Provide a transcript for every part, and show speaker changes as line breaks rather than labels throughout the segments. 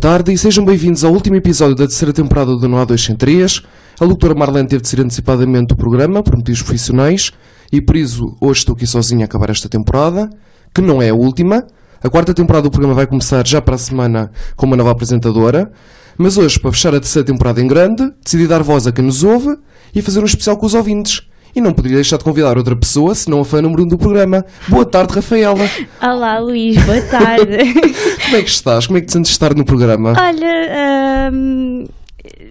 tarde e sejam bem-vindos ao último episódio da terceira temporada do Não Há 2 Sem 3. A doutora Marlene teve de ser antecipadamente do programa, por motivos profissionais, e por isso hoje estou aqui sozinho a acabar esta temporada, que não é a última. A quarta temporada do programa vai começar já para a semana com uma nova apresentadora. Mas hoje, para fechar a terceira temporada em grande, decidi dar voz a quem nos ouve e fazer um especial com os ouvintes. E não poderia deixar de convidar outra pessoa, senão a fã número um do programa. Boa tarde, Rafaela.
Olá Luís, boa tarde.
Como é que estás? Como é que te sentes de estar no programa?
Olha, ahm,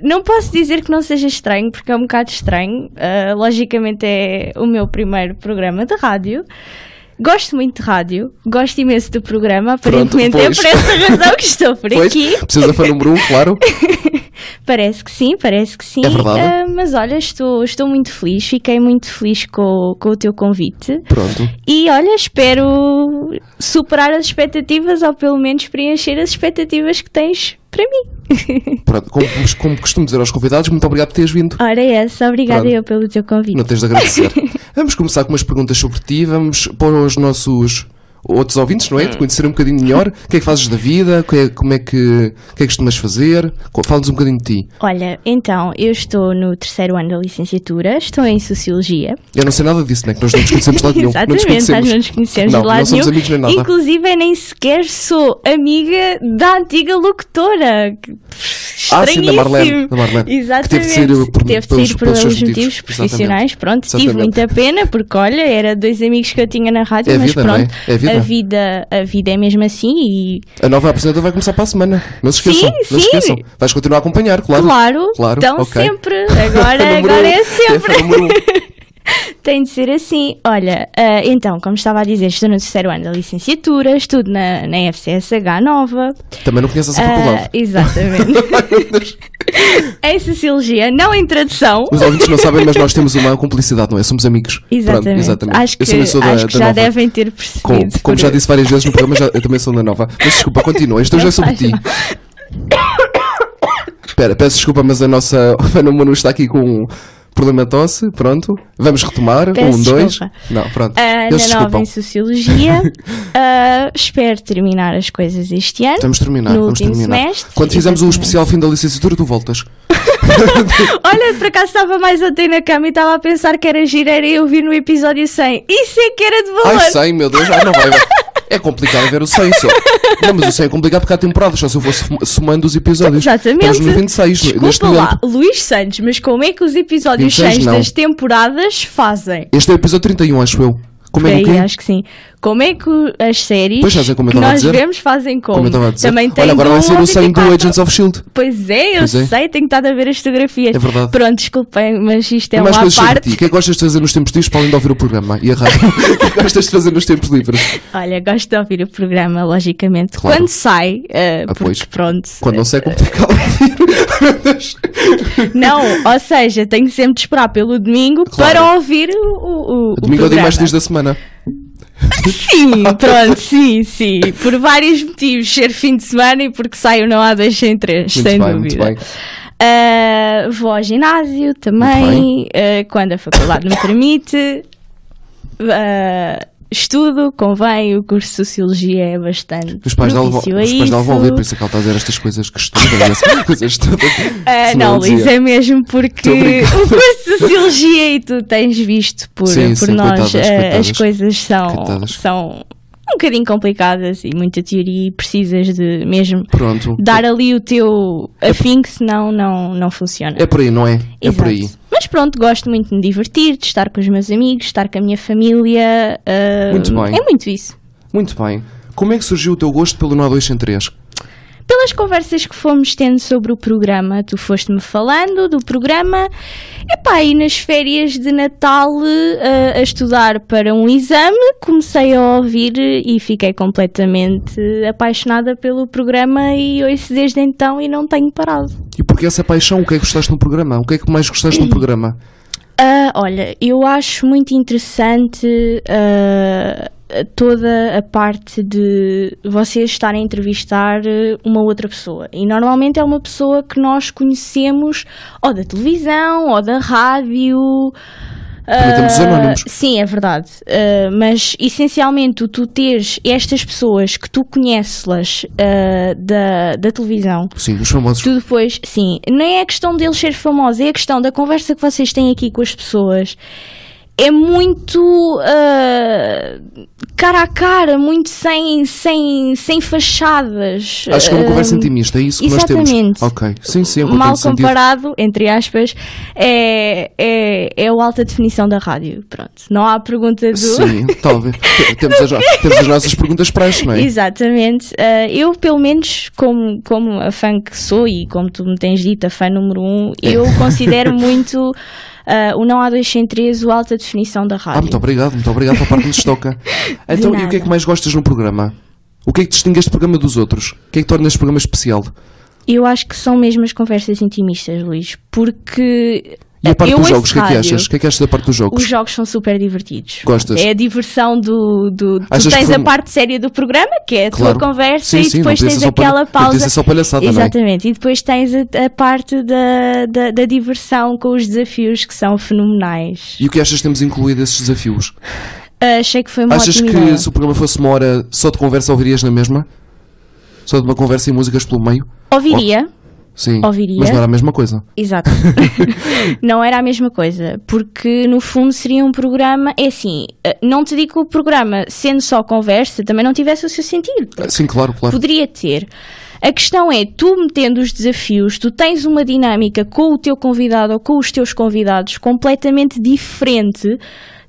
não posso dizer que não seja estranho, porque é um bocado estranho. Ah, logicamente é o meu primeiro programa de rádio. Gosto muito de rádio, gosto imenso do programa,
Pronto,
aparentemente é
pois.
por essa razão que estou por
pois,
aqui.
precisas da fã número um, claro.
Parece que sim, parece que sim.
É verdade.
Ah, mas olha, estou, estou muito feliz, fiquei muito feliz com, com o teu convite.
Pronto.
E olha, espero superar as expectativas ou pelo menos preencher as expectativas que tens para mim.
Pronto, como, como costumo dizer aos convidados, muito obrigado por teres vindo.
Ora, é essa, obrigada
Pronto.
eu pelo teu convite.
Não tens de agradecer. vamos começar com umas perguntas sobre ti, vamos pôr os nossos outros ouvintes, não é? Te
Hum.
conhecer um bocadinho melhor. O que é que fazes da vida? Que é- Como é que, o que é que costumas fazer? Co- Fala-nos um bocadinho de ti.
Olha, então, eu estou no terceiro ano da licenciatura, estou em Sociologia.
Eu não sei nada disso, né? Que nós não nos conhecemos de lado nenhum. Não nos
Exatamente, nós
conhecemos.
não nos conhecemos
Não,
de
não
lado
somos
nenhum.
amigos nem nada.
Inclusive, eu nem sequer sou amiga da antiga locutora. que- pff,
Ah, sim, da
estranhíssimo.
Marlene, da Marlene, que
Exatamente.
teve de sair por-
Teve de
pelos-
sair por
pelos seus
alguns motivos
motivos.
profissionais.
Exatamente.
Pronto, tive
Exatamente.
muita pena, porque olha, era dois amigos que eu tinha na rádio,
É a
mas
vida, não é?
pronto,
É a vida.
a vida a vida é mesmo assim e
A nova apresentadora vai começar para a semana. Não se esqueçam.
Sim,
não se
sim.
esqueçam. Vais continuar a acompanhar, claro.
claro,
Claro,
então
ok.
sempre, agora,
Número
agora
um.
é sempre.
É número um.
Tem de ser assim. Olha, ah, então, como estava a dizer, estou no terceiro ano da licenciatura, estudo na, na FCSH nova.
Também não conheces essa
Ah,
faculdade.
exatamente. em Sociologia, não em tradução.
Os ouvintes não sabem, mas nós temos uma cumplicidade, não é? Somos amigos.
Exatamente.
Pronto, exatamente.
Acho que,
eu também sou da,
acho que
da
já
nova.
devem ter percebido.
Com- Como,
por-
já disse várias vezes no programa, já, eu também sou da nova. Mas desculpa, continua. Isto hoje é sobre ti. Espera, peço desculpa, mas a nossa Ana Manu está aqui com um problema de tosse. Pronto. Vamos retomar.
Peço
um, dois.
desculpa.
Não, pronto.
Ah,
Eles
na nova
desculpam.
em Sociologia. Ah, espero terminar as coisas este ano.
Vamos terminar.
No
vamos
último
terminar.
semestre.
Quando fizemos o
Exatamente.
especial fim da licenciatura, tu voltas.
Olha, por acaso estava mais ontem na cama e estava a pensar que era girar e eu vi no episódio 100. Isso é que era de valor.
Ai, 100, meu Deus, ai, não vai. vai. É complicado ver o 100 só. Não, mas o 100 é complicado porque há temporadas, só se eu fosse sum- somando os episódios.
Exatamente.
Estamos no 26,
Desculpa
neste
lá,
momento.
Luís Santos, mas como é que os episódios
26
6
não.
das temporadas fazem?
Este é o episódio 31, acho eu. Como é
Aí,
que é?
acho que sim. Como é que o- as séries
Pois fazem como eu
que
estava a
nós
dizer.
vemos fazem como?
Como eu estava a dizer.
Também tem um
Olha, agora
do
vai ser
1 ao
o 100 do
24.
Agents of Shield.
Pois é, eu
Pois é.
sei, tenho estado a ver as fotografias.
É verdade.
Pronto, desculpem, mas isto é
mais
uma à
coisas sobre ti.
parte.
O que é que gostas de fazer nos tempos livres para além de ouvir o programa? E a rádio? O que é que gostas de fazer nos tempos livres?
Olha, gosto de ouvir o programa, logicamente.
Claro.
Quando sai, eh,
Ah, pois.
porque pronto.
Quando não sei é complicado ouvir.
Não, ou seja, tenho sempre de esperar pelo domingo
Claro.
para ouvir o, o, o,
Domingo
o
é o dia
programa.
mais feliz da semana.
Sim, pronto, sim, sim. Por vários motivos, ser fim de semana e porque saio não há dois sem três,
Muito
sem
bem, muito
dúvida.
bem.
Ah, vou ao ginásio também, ah, quando a faculdade me permite. Ah, estudo, convém, o curso de Sociologia é bastante.
Os pais dela vão os
propício a
pais dela vão
isso.
ver, por isso é que ela está a dizer estas coisas que estuda e essas coisas todas.
Ah,
Senão
não,
eu dizia.
Luís, é mesmo porque
Tô brincando.
o curso de Sociologia e tu tens visto por,
Sim,
por
sim,
nós
coitadas,
ah,
coitadas.
as coisas são,
Coitadas.
são um bocadinho complicadas e muita teoria e precisas de mesmo
Pronto.
dar ali o teu afim que senão não, não funciona.
É por aí, não é? É por
Exato.
aí.
Mas pronto, gosto muito de me divertir, de estar com os meus amigos, de estar com a minha família. ah,
Muito bem.
É muito isso.
Muito bem. Como é que surgiu o teu gosto pelo No 2 em 3?
Pelas conversas que fomos tendo sobre o programa, tu foste-me falando do programa. Epá, e nas férias de Natal, eh, a estudar para um exame, comecei a ouvir e fiquei completamente apaixonada pelo programa e ouço desde então e não tenho parado.
E porque essa paixão, o que é que gostaste no programa? O que é que mais gostaste no programa?
Ah, olha, eu acho muito interessante ah, toda a parte de vocês estarem a entrevistar eh, uma outra pessoa. E normalmente é uma pessoa que nós conhecemos ou da televisão ou da rádio.
Também temos os
Ah,
anónimos.
Sim, é verdade. Ah, mas essencialmente tu teres estas pessoas que tu conheces-las ah, da, da televisão,
Sim, os famosos.
tu depois, sim, nem é questão deles ser famosos, é a questão da conversa que vocês têm aqui com as pessoas. É muito ah, cara a cara, muito sem, sem, sem fachadas.
Acho que é uma
Ah,
conversa intimista, é isso que nós temos.
exatamente.
Ok, sim, sim, é o que eu
mal
tenho sentido.
comparado, entre aspas, é, é, é o alta definição da rádio. Pronto, não há pergunta do.
Sim, talvez. T- temos, as, no- temos as nossas perguntas para isto, não é?
Exatamente. Ah, eu, pelo menos, como, como a fã que sou e como tu me tens dito, a fã número um, eu considero muito ah, o Não Há Dois Sem Três o alta definição da
Ah, muito
rádio.
obrigado, muito obrigado pela parte que nos toca. Então, e o que é que
nada.
mais gostas no programa? O que é que distingue este programa dos outros? O que é que torna este programa especial?
eu acho que são mesmo as conversas intimistas, Luís, porque.
E a parte
eu
dos
ouço
jogos, o que é que
rádio,
achas? O que é que achas da parte dos jogos?
Os jogos são super divertidos.
Gostas?
É a diversão do. do tu
Achas que
tens
foi
a
um-
parte séria do programa, que é a
Claro.
tua conversa,
Sim,
e
sim, não
depois
podia
tens
ser só palha-
aquela pausa.
Podia ser só palhaçada, não é?
Exatamente, e depois tens a, a parte da, da, da diversão com os desafios que são fenomenais. Ah,
E o que achas que temos incluído esses desafios?
Achei que foi uma
achas
ótima
que
ideia.
se o programa fosse uma hora só de conversa, ouvirias na mesma? Só de uma conversa e músicas pelo meio?
Ouviria,
Oh. Sim.
Ouviria.
Mas não era a mesma coisa.
exato. não era a mesma coisa, porque no fundo seria um programa. É assim, eh, não te digo que o programa, sendo só conversa, também não tivesse o seu sentido.
Ah, Sim, claro, claro.
Poderia ter. A questão é, tu metendo os desafios, tu tens uma dinâmica com o teu convidado ou com os teus convidados completamente diferente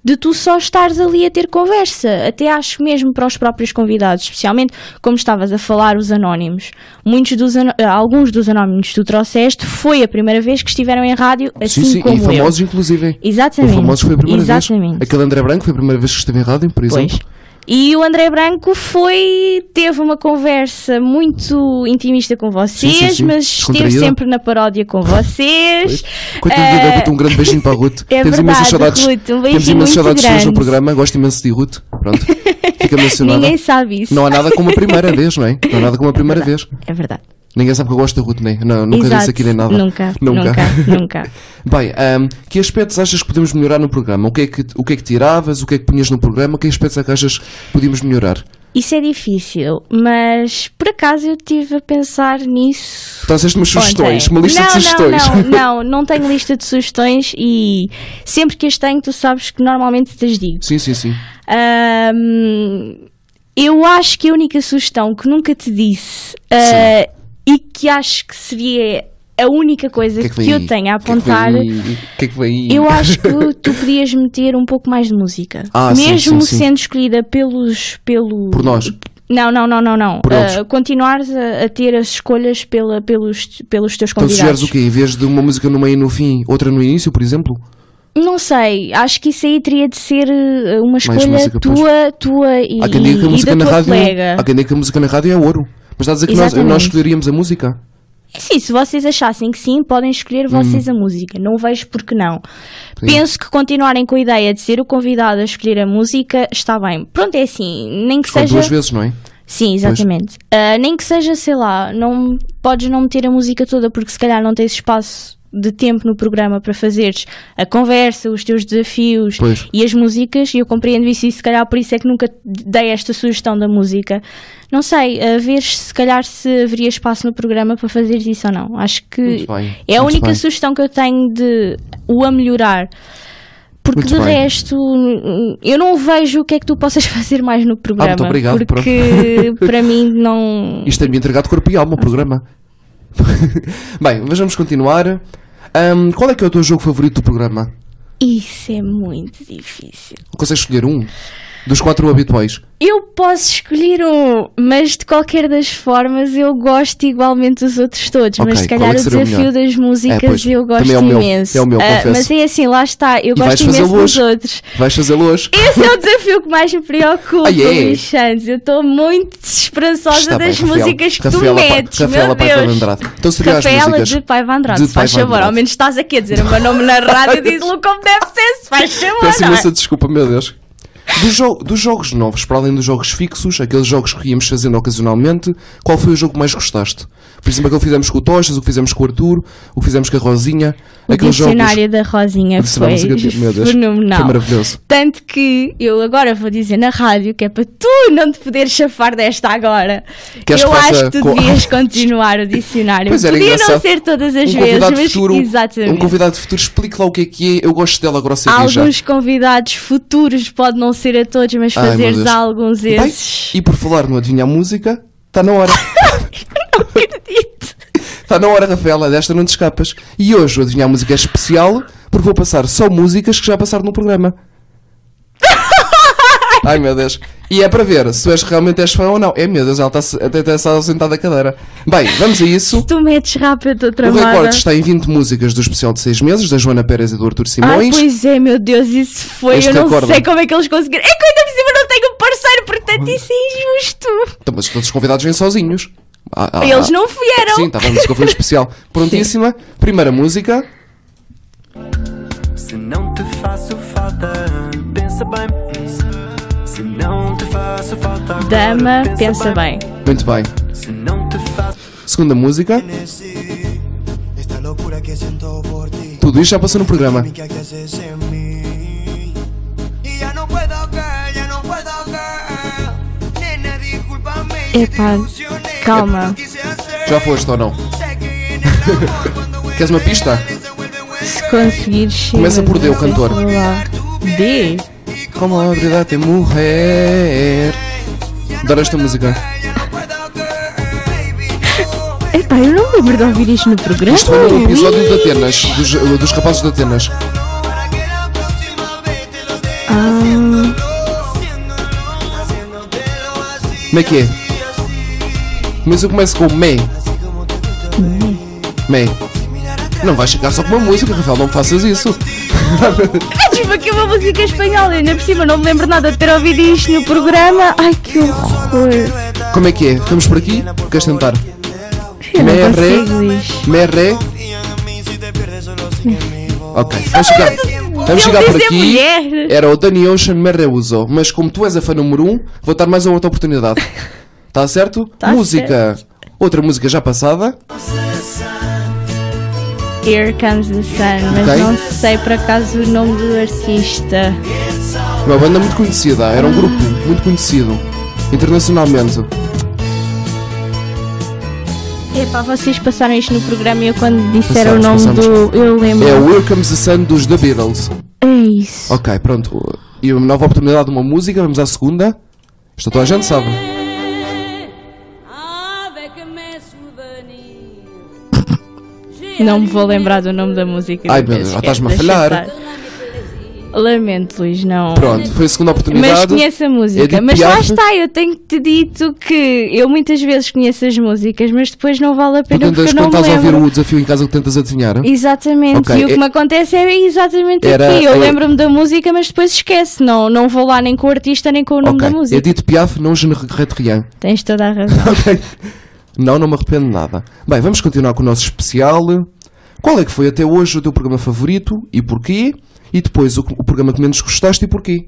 de tu só estares ali a ter conversa. Até acho mesmo para os próprios convidados, especialmente como estavas a falar, os anónimos. Muitos dos ano- eh, alguns dos anónimos que tu trouxeste foi a primeira vez que estiveram em rádio, assim
sim, sim.
como
e
eu.
famosos, inclusive. O
Exatamente.
famoso foi a primeira
Exatamente.
vez. Aquele André Branco foi a primeira vez que esteve em rádio, por exemplo.
Pois. E o André Branco foi, teve uma conversa muito intimista com vocês,
Sim, sim, sim.
mas esteve
Descontraída.
sempre na paródia com vocês.
Coitado
Eh,
da Ruth, um grande beijinho para a Ruth.
é
Temos imensas
verdade,
saudades.
Ruth, um
Temos imensas
beijinho muito
saudades tuas no
grande.
programa. Gosto imenso de Ruth. Pronto. Fica mencionada.
Ninguém sabe isso.
Não há nada como a primeira vez, não é? Não há nada como a primeira vez.
É verdade.
Ninguém sabe que eu gosto da Ruth, nem. Não, nunca
Exato.
disse aqui nem nada.
Nunca,
Nunca.
nunca, nunca.
Bem, ahm, que aspectos achas que podemos melhorar no programa? O que, é que, o que é que tiravas? O que é que punhas no programa? Que aspectos é que achas que podíamos melhorar?
Isso é difícil, mas por acaso eu estive a pensar nisso.
Trouxeste umas sugestões,
ontem.
uma lista
não,
de sugestões.
Não, não, não, não tenho lista de sugestões e sempre que as tenho, tu sabes que normalmente te as digo.
Sim, sim, sim.
Ahm, eu acho que a única sugestão que nunca te disse ah, e que acho que seria a única coisa
O que é
que,
que vem
eu
aí?
tenho a
O que é que vem
apontar,
aí? O que é que vem aí?
eu acho que tu podias meter um pouco mais de música.
Ah, sim,
Mesmo
sim, sim.
sendo escolhida pelos. Pelo...
Por nós.
Não, não, não, não, não.
Por eles.
Ah, continuares a, a ter as escolhas pela, pelos, pelos teus
Então
convidados.
sugeres o quê? Em vez de uma música no meio e no fim, outra no início, por exemplo?
Não sei, acho que isso aí teria de ser eh, uma escolha
música, pois.
tua, tua e,
Há quem diga que a
e
música
da
na
tua
rádio. é-
colega.
Há quem diga que a música na rádio é ouro. Mas estás a dizer que nós,
Exatamente.
nós escolheríamos a música?
Sim, É se vocês achassem que sim, podem escolher vocês a música. Não vejo porque não. Penso que continuarem com a ideia de ser o convidado a escolher a música está bem. Pronto, é assim. Nem que
Escolhe
seja.
duas vezes, não é?
Sim, exatamente. Ah, nem que seja, sei lá, não podes não meter a música toda porque se calhar não tens espaço de tempo no programa para fazeres a conversa, os teus desafios
Pois.
e as músicas, e eu compreendo isso e se calhar por isso é que nunca te dei esta sugestão da música. Não sei, a ver se calhar se haveria espaço no programa para fazeres isso ou não. Acho que
Muito bem,
é a
muito
única
bem.
sugestão que eu tenho de o a melhorar. Porque
Muito
de
bem.
resto, n- n- eu não vejo o que é que tu possas fazer mais no programa
Ah, muito obrigado,
porque para mim não.
Isto tem-me entregado corpo e alma o programa. Bem, mas vamos continuar. Ahm, qual é que é o teu jogo favorito do programa?
Isso é muito difícil.
Consegues escolher um? Dos quatro habituais.
Eu posso escolher um, mas de qualquer das formas eu gosto igualmente dos outros todos.
Ok,
mas se
qual é
calhar
que
o
seria o
desafio
melhor?
das músicas
É, pois,
eu gosto
também é o meu,
imenso.
é o meu,
Ah,
confesso.
mas é assim, lá está, eu
vais
gosto imenso
fazê-lo
dos
hoje.
outros.
Vais fazê-lo hoje?
Esse é o desafio que mais me preocupa,
Ah, é?
Luís Santos. Eu estou muito desesperançosa
Está bem,
das
Rafael-
músicas que
Rafaela
tu
Pa-
metes.
Rafaela
meu
Paiva de
Deus.
Andrade. Então seria as
Rafaela
músicas.
de Paiva Andrade,
De
se faz
Paiva
favor.
Andrade.
Ao menos estás aqui a dizer o meu nome na rádio, diz-lo como deve ser, se faz favor.
Peço
não é?
imensa desculpa, meu Deus. Dos, jo- dos jogos novos, para além dos jogos fixos, aqueles jogos que íamos fazendo ocasionalmente, qual foi o jogo que mais gostaste? Por exemplo, aquele que fizemos com o Tochas, o que fizemos com o Arthur, o que fizemos com a Rosinha.
O
aqueles
dicionário da Rosinha
jogos.
foi
Meu Deus, Foi
fenomenal.
maravilhoso.
Tanto que eu agora vou dizer na rádio que é para tu não te poderes chafar desta agora.
Queres
eu
que faça
acho que tu
com-
devias continuar o dicionário.
Pois era
Podia não
engraçado.
ser todas as
um
vezes,
convidado
mas
futuro,
exatamente.
um convidado futuro, explique lá o que é que é. Eu gosto dela grosseria já.
Alguns convidados futuros pode não ser a todos, mas
Ai, meu
fazeres
Deus.
alguns
Bem,
esses.
e por falar no adivinhar música, está na hora.
acredito.
Está na hora, Rafaela, desta não te escapas. E hoje o Adivinhar Música é especial porque vou passar só músicas que já passaram no programa. Ai meu Deus. E é para ver se tu és realmente és fã ou não. É meu Deus, ela está se- até até está sentada à cadeira. Bem, vamos a isso.
Se tu metes rápido outra
O
moda.
recorde está em 20 músicas do especial de 6 meses, da Joana Pérez e do Arthur
Ai,
Simões.
pois é, meu Deus, isso foi.
Este
eu não
recorde.
sei como é que eles conseguiram. É que eu ainda por cima não tenho parceiro, portanto isso é injusto.
então, mas todos os convidados vêm sozinhos. Ah, ah,
Eles
ah.
não vieram.
Sim, estava a música foi especial. Prontíssima. Primeira música.
Se não te faço falta, pensa bem. Se não te faço falta, agora,
Dama, pensa bem.
Muito bem.
Se não te faço.
Segunda música.
Frenesí, Esta locura que siento por ti.
Tudo isto já passou no programa.
Química que haces en mí. Y ya no puedo girl, ya no puedo girl. Nena, discúlpame si te
Epá,
ilusioné.
calma.
No quise hacer.
Já foste ou não?
Sé que en el amor cuando vuelve
Queres uma pista?
se vuelve bueno.
Se conseguires.
Começa por D, o
eu sei
cantor.
lá. D.
Como a verdade é morrer. Adoro esta música.
Ya no puedo girl, baby, no.
Epá, eu não me lembro de ouvir isto no programa.
Isto foi no episódio de
Ih.
Atenas, dos, dos rapazes de Atenas.
Para que la próxima vez te lo dé.
Ah,
Haciéndolo, haciéndotelo así.
Como é que é? Mas eu começo com me. Me. Não vais chegar só com uma música, Rafael, não faças isso.
é tipo aqui uma música espanhola, ainda por cima não me lembro nada de ter ouvido isto no programa. Ai que horror.
Como é que é? Ficamos por aqui? Queres tentar?
Eu não
Me, re.
consigo isto.
Me, re.
Confía en mí, si te pierdes solo sigue mi voz.
Ok, vamos chegar, vamos chegar por aqui. Era o Danny Ocean Me Rehusou, mas como tu és a fã número 1, um, vou dar mais uma outra oportunidade. Está certo?
Tá
música. Outra música já passada.
Here Comes the Sun, mas
Ok.
não sei por acaso o nome do artista.
Uma banda muito conhecida, era um grupo muito conhecido internacionalmente.
Epá, É vocês passaram isto no programa e eu quando disseram o
Passamos,
nome do. Eu
É o
lembro.
Here Comes the Sun dos The Beatles.
É, isso.
Ok, pronto. E uma nova oportunidade de uma música, vamos à segunda. Isto toda a gente sabe.
Avec mes souvenirs. J'ai
Não me vou lembrar do nome da música.
Ai, meu
depois
Deus, já
esquece,
estás-me a
deixa
falhar.
estar. Lamento, Luís, não.
Pronto, foi a segunda
Mas
oportunidade.
conheço a música,
Edith
mas lá
Piaf.
está, eu tenho te dito que eu muitas vezes conheço as músicas, mas depois não vale a
Tu
pena porque
tentas,
eu não
Então, quando
me
estás a ouvir
lembro.
o desafio em casa, tentas adivinhar.
Exatamente,
Ok,
e o que
é-
me acontece é exatamente
Era-
aqui. Eu
é-
lembro-me da música, mas depois esqueço. Não, não vou lá nem com o artista nem com o nome
Ok,
da música.
Edith Piaf, não Jean Retrian.
Tens toda a razão.
Ok. Não, não me arrependo de nada. Bem, vamos continuar com o nosso especial. Qual é que foi até hoje o teu programa favorito e porquê? E depois o, que- o programa que menos gostaste e porquê?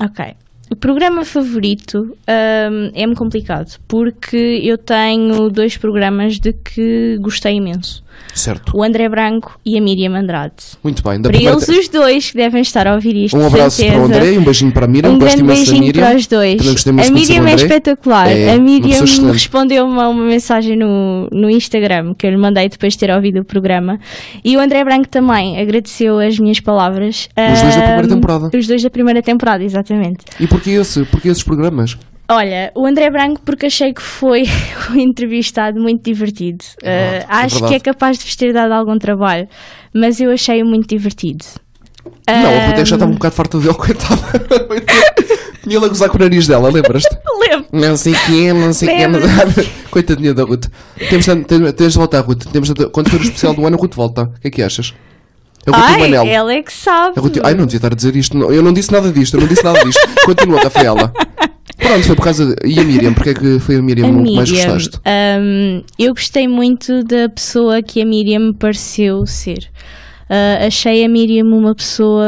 ok. O programa favorito hum, é-me complicado porque eu tenho dois programas de que gostei imenso:
Certo.
o André Branco e a Miriam Andrade.
Muito bem. Da
Para
primeira-
eles, os dois que devem estar a ouvir isto.
um abraço
certeza.
para o André e um beijinho para a Miriam.
Um
Gosto
grande
imenso da
beijinho
Miriam.
para os dois.
Também gostei imenso
A
de conhecer
Miriam
o
é
André.
espetacular.
É,
a
uma
Miriam
pessoa excelente.
respondeu uma, uma mensagem no, no Instagram que eu lhe mandei depois de ter ouvido o programa. E o André Branco também agradeceu as minhas palavras.
Os dois da
Ahm,
primeira temporada.
Os dois da primeira temporada, exatamente.
E porquê, esse, porquê esses programas?
Olha, o André Branco, porque achei que foi um entrevistado muito divertido.
É
Ah,
verdade, é
acho que
verdade.
é capaz de vos ter dado algum trabalho, mas eu achei-o muito divertido.
Não, a Rutex já estava um bocado farta dele, coitada. Tinha ele a gozar com o nariz dela, lembras-te?
Lembro.
Não sei quem, não sei quem. não- Coitadinha da Ruth. Temos de, tem- tens de voltar, Ruth. Temos de- quando for o especial do ano, a Ruth volta. O que é que achas? A Ruth e o
Ai,
Manel.
ela é que sabe.
A Ruth- Ai, não devia estar a dizer isto. Não, Eu não disse nada disto, eu não disse nada disto. Continua, Rafaela. Pronto, foi por causa. De... E a Miriam? Porquê é que foi a Miriam
A
o que mais
Miriam,
gostaste?
hum, eu gostei muito da pessoa que a Miriam me pareceu ser. Ah, achei a Miriam uma pessoa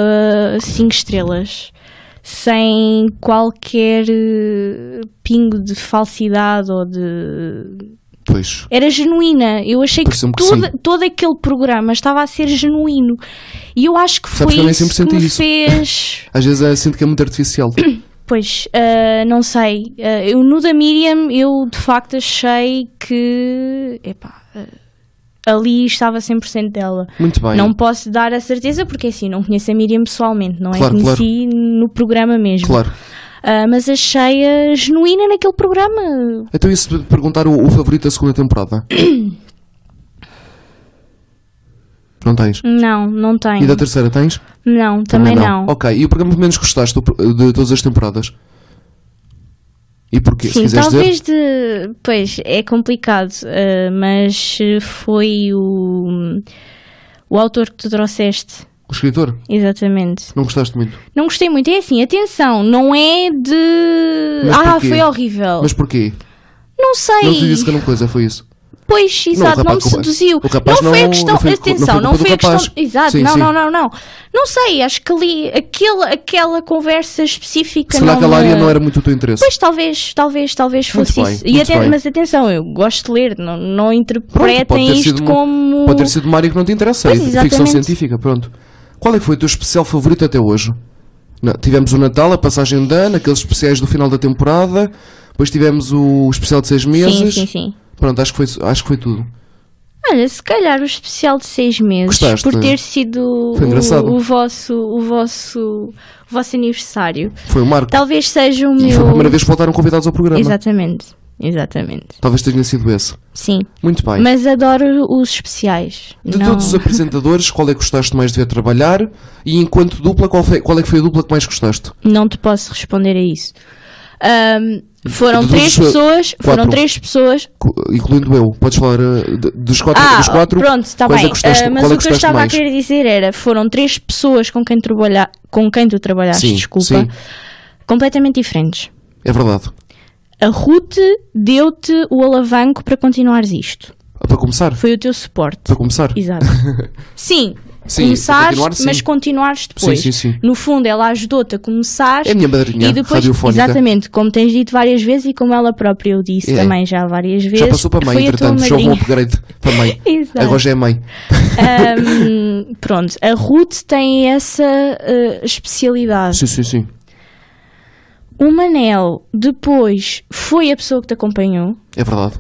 cinco ah, estrelas. sem qualquer eh, pingo de falsidade ou de.
Pois.
Era genuína. Eu achei que,
Parece-me que
todo,
sim.
todo aquele programa estava a ser genuíno. E eu acho que
Sabes
foi
que eu nem
isso
sempre
que me
senti
fez.
Às vezes eh, sinto que é muito artificial.
Pois, ah, não sei. Ah, eu no da Miriam, eu de facto achei que. Epá, ah, ali estava 100% dela.
Muito bem.
Não posso dar a certeza porque assim, não conheço a Miriam pessoalmente, não é?
Claro,
Conheci no programa mesmo.
Claro.
Ah, mas achei-a genuína naquele programa.
Então, e se te perguntar o, o favorito da segunda temporada? não tens?
Não, não tenho.
E da terceira tens?
Não, também, não.
Ok, e o programa que menos gostaste do pro- de todas as temporadas? E porquê? se
Sim,
quiseres dizer.
talvez de. Pois, é complicado, ah, mas foi o. O autor que tu trouxeste,
O escritor?
exatamente.
Não gostaste muito.
Não gostei muito. É assim, atenção, não é de.
Mas
ah,
porquê?
foi horrível.
Mas porquê?
Não sei.
Ele te disse que era uma coisa, foi isso.
Pois,
Não, o
exato,
rapaz
não me
culpa-
seduziu.
o rapaz
não foi a
não-
questão,
não foi-
atenção,
não
não
foi
foi a
culpa do
questão.
rapaz.
Exato,
Sim,
não,
sim.
não, não, não. Não sei, acho que ali aquele, aquela conversa específica.
Se calhar
não
aquela
me-
área não era muito o teu interesse.
Pois talvez, talvez, talvez
Muito
fosse
bem,
isso. E
muito
até,
bem.
mas atenção, eu gosto de ler, não, não interpretem
Pronto, pode ter
isto
sido uma-
como.
Pode ter sido uma área que não te interessa.
Pois,
e de ficção
exatamente.
científica, pronto. Qual é que foi o teu especial favorito até hoje? Na- tivemos o Natal, a passagem de ano, aqueles especiais do final da temporada, depois tivemos o especial de seis meses.
Sim, sim, sim.
Pronto, acho que foi, acho que foi tudo.
Olha, se calhar o especial de seis meses
Gostaste?
por ter sido
Foi engraçado.
o, o vosso, o vosso, o vosso aniversário.
Foi o Marco.
Talvez seja o
E
meu.
foi a primeira vez que voltaram convidados ao programa.
Exatamente, exatamente.
Talvez tenha sido esse.
Sim.
Muito bem.
Mas adoro os especiais.
É. De
não...
todos os apresentadores, qual é que gostaste mais de ver trabalhar? E enquanto dupla, qual, foi, qual é que foi a dupla que mais gostaste?
não te posso responder a isso. Ahm, foram
De
três
todos os- eh,
pessoas. Foram
quatro.
três pessoas.
Co- Incluindo eu. Podes falar eh, de- dos quatro?
Ah,
dos quatro
pronto, está
quais
bem.
É que gostaste,
Ah,
qual
mas
é
o que eu
gostaste
estava
mais?
a querer dizer era: foram três pessoas com quem, trabalha, com quem tu trabalhaste,
Sim,
desculpa,
sim.
completamente diferentes.
É verdade.
A Ruth deu-te o alavanco para continuares isto.
Ah, Para começar?
Foi o teu suporte.
Para começar?
Exato. Sim,
Sim,
começares,
continuar, sim.
mas continuares depois.
Sim, sim, sim.
No fundo, ela ajudou-te a começar.
É a minha madrinha
e depois,
radiofónica.
exatamente, como tens dito várias vezes e como ela própria eu disse
É.
também já várias vezes.
Já passou para
que
mãe,
foi a tua
entretanto. Já houve um
madrinha.
upgrade para mãe.
Exato.
Agora já é mãe.
Ahm, pronto, a Ruth tem essa eh, especialidade.
Sim, sim, sim.
O Manel depois foi a pessoa que te acompanhou.
É verdade.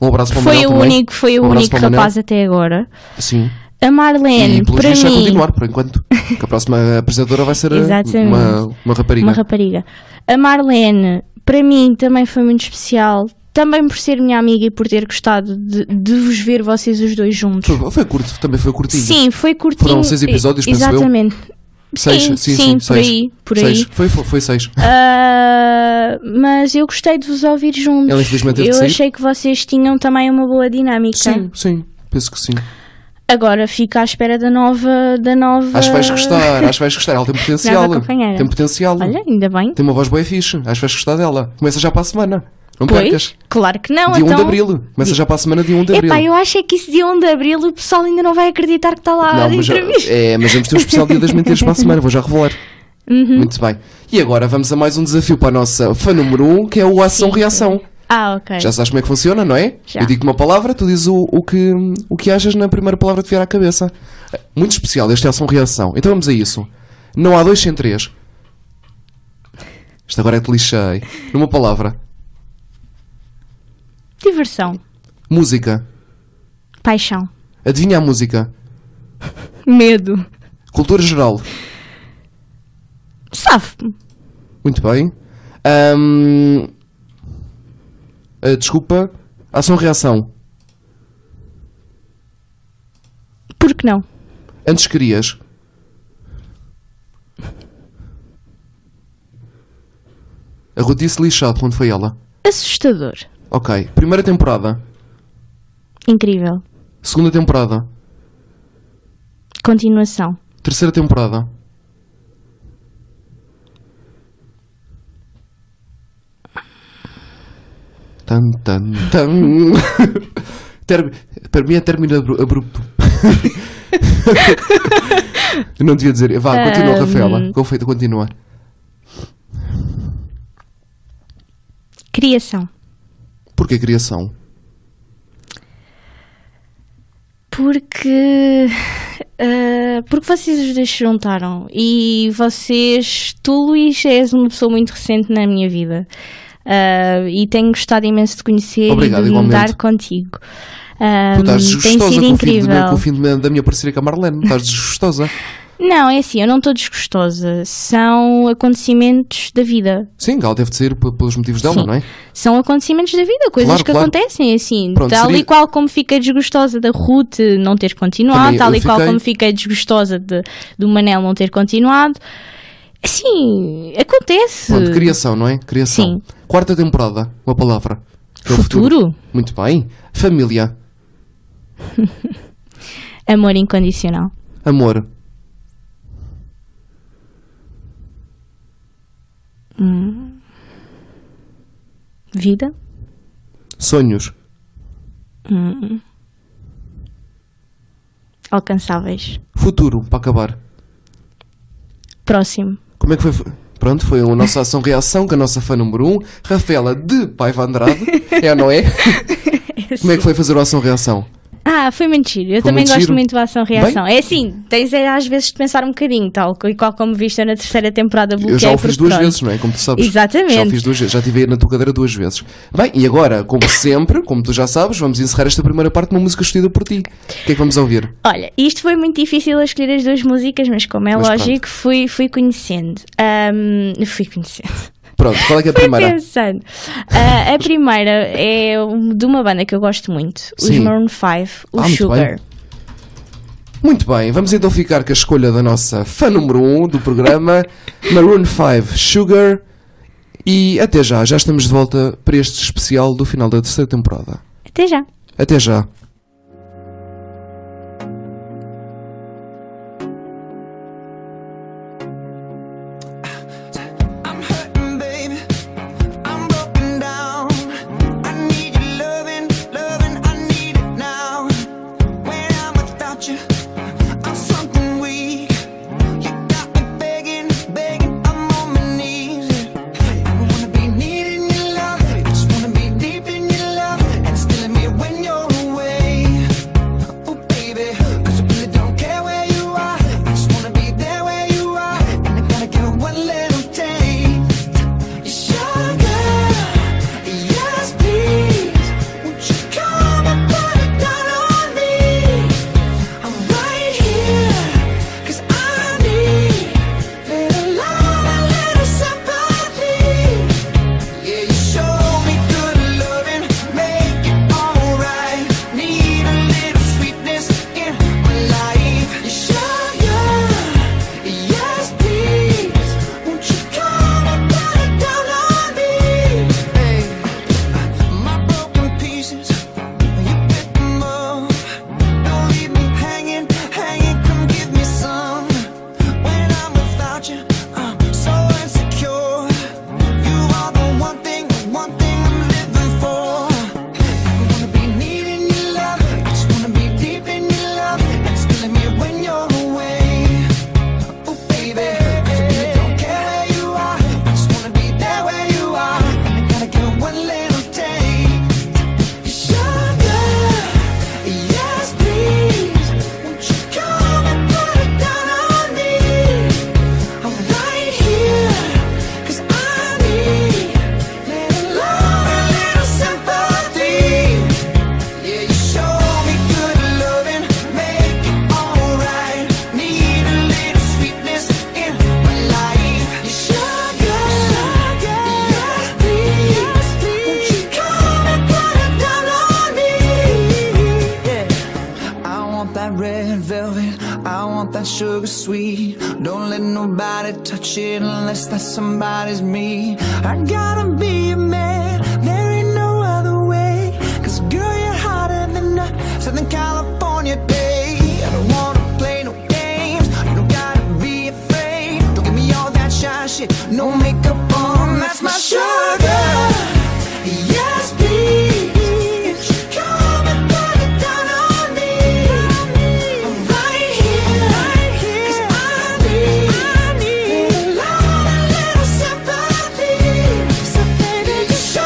Um abraço para o
foi
Manuel
o
também.
único, foi o
Um abraço
único
para o Manel.
rapaz até agora.
Sim.
A Marlene,
e pelos
para
vistos vai
mim,
continuar, por enquanto. Que a próxima apresentadora vai ser eh,
Exatamente.
uma, uma rapariga.
uma rapariga. A Marlene, para mim, também foi muito especial. Também por ser minha amiga e por ter gostado de, de vos ver vocês os dois juntos.
Foi- Foi curto, também foi curtinho.
Sim, foi curtinho.
Foram seis episódios, penso eu.
Exatamente.
Seis,
sim,
sim,
sim,
sim,
por
seis.
aí, por
Seis.
aí.
Foi, foi, foi seis.
Ah, mas eu gostei de vos ouvir juntos.
Ela, infelizmente, teve
eu
de sair.
achei que vocês tinham também uma boa dinâmica.
Sim, sim, penso que sim.
Agora fico à espera da nova. Da nova...
Acho que vais gostar, acho que vais gostar. Ela tem potencial.
Ah. Nova companheira.
Tem potencial.
Olha, ainda bem.
Tem uma voz boa e fixe. Acho que vais gostar dela. Começa já para a semana. Não percas.
Pois, claro que não.
Dia 1
então...
de abril. Começa já para a semana, dia 1 de abril.
Epá, eu acho é que isso dia 1 de abril o pessoal ainda não vai acreditar que está lá a
mas, já-
entrevista.
é, mas vamos ter um especial dia das mentiras para a semana. Vou já revelar.
Uhum.
Muito bem. E agora vamos a mais um desafio para a nossa fã número 1, um, que é o ação-reação.
Ah, ok.
Já sabes como é que funciona, não é?
Já.
Eu digo-te uma palavra, tu dizes o, o, que, o que achas na primeira palavra que te vier à cabeça. Muito especial, este é ação-reação. Então vamos a isso. Não há dois sem três. Isto agora é te lixei. Numa palavra.
Diversão.
Música.
Paixão.
Adivinha a música.
Medo.
Cultura geral.
Sabe-me.
Muito bem. Ahm, ah, desculpa. Ação-reação.
Por que não?
Antes querias. A Ruth disse lixado quando foi ela.
Assustador.
Ok. Primeira temporada.
Incrível.
Segunda temporada.
Continuação.
Terceira temporada. Tan, tan, tan. Ter- para mim é término abru- abrupto. Eu não devia dizer. Vá, continua,
Ahm.
Rafaela. Confeito, continua.
Criação.
Porquê criação?
Porque. ah, porque vocês os dois se juntaram e vocês. Tu, Luís, és uma pessoa muito recente na minha vida Ah, e tenho gostado imenso de conhecer
Obrigado,
e de me
igualmente.
dar contigo. Ah,
tu estás
tem
desgostosa com o, fim
sido
de, é
incrível.
com o fim de- da minha parceria com a Marlene. Estás desgostosa.
Não, é assim, eu não estou desgostosa. São acontecimentos da vida.
Sim, ela deve de ser p- pelos motivos dela,
Sim.
não é?
São acontecimentos da vida, coisas
Claro,
que
claro.
acontecem, assim.
Pronto,
tal
seria-
e qual como fiquei desgostosa da Ruth não ter continuado,
Também,
tal
eu
e qual
fiquei-
como fiquei desgostosa de, do Manel não ter continuado. Assim, acontece.
Pronto, criação, não é? Criação.
Sim.
Quarta temporada, uma palavra. É o
Futuro?
Muito bem. Família,
Amor incondicional.
amor,
Hum. Vida?
sonhos,
Hum. Alcançáveis.
futuro, para acabar.
Próximo.
Como é que foi? Pronto, foi a nossa ação-reação com a nossa fã número 1, um, Rafaela de Paiva Andrade. É ou não é? Como é que foi fazer o ação-reação?
Ah, foi muito giro. Eu
Foi
também
muito
gosto
giro.
muito da ação-reação. É assim, tens é, às vezes de pensar um bocadinho, tal e qual como viste eu na terceira temporada bloqueio
Eu já o fiz
porque
duas
pronto.
vezes, não é? Como tu sabes.
Exatamente.
Já o fiz duas vezes, já estive aí na tua cadeira duas vezes. Bem, e agora, como sempre, como tu já sabes, vamos encerrar esta primeira parte numa música escolhida por ti. O que é que vamos ouvir?
Olha, isto foi muito difícil eu escolher as duas músicas, mas como é
Mas
lógico, fui, fui conhecendo. Ahm, fui conhecendo.
Pronto, qual é que é a
Fui
primeira?
pensando. Ah, a primeira é um- de uma banda que eu gosto muito, os
Sim.
Maroon 5, o
Ah, muito
Sugar.
bem. Muito bem, vamos então ficar com a escolha da nossa fã número 1 um do programa, Maroon 5 Sugar. E até já, já estamos de volta para este especial do final da terceira temporada.
Até já.
Até já.
I'm hurting, baby. I'm broken down. I need your loving, loving. I need it now. When I'm without you, I'm something weak. You got me begging, begging. I'm on my knees. I wanna be needing your love. I just wanna be deep in your love, and it's killing me when you're away. Ooh, Oh, baby, 'cause I really don't care where you are. I just wanna be there where you are, and I gotta get one little taste. Your sugar, yes please. Won't you come and put it down on me? I'm right here, 'cause I need little love and little sympathy. Yeah, you show me good loving, make it alright. Need a little sweetness in my life. You sugar, yes please. Won't you come and put it down on me? Hey, my broken pieces, you pick them up. Don't leave me hanging, hanging. Come give me some. When I'm without you, I'm so insecure. You are the one thing, the one thing I'm living for. I wanna be needing your love, I just wanna be deep in your love, and it's killing me when you're away. Oh baby, I really don't care where you are, I just wanna be there where you are, and I gotta get one little taste. Sugar, yes please, won't you come and put it down on me? I'm right here, 'cause I need little love and little sympathy. Yeah, you show me good loving, make it alright. Need a little sweetness in my life. You sugar, yes please. Won't you come and put it down on me? I want that red velvet. I want that sugar sweet. Don't let nobody touch it unless that somebody's me. I gotta be a man. There ain't no other way. Cause girl, you're hotter than a Southern California day. I don't wanna play no games. You don't gotta be afraid. Don't give me all that shy shit. No makeup on. That's my sugar. Yes, please. Come and put it down on me. I'm right here. 'Cause I need, I need love and little sympathy. So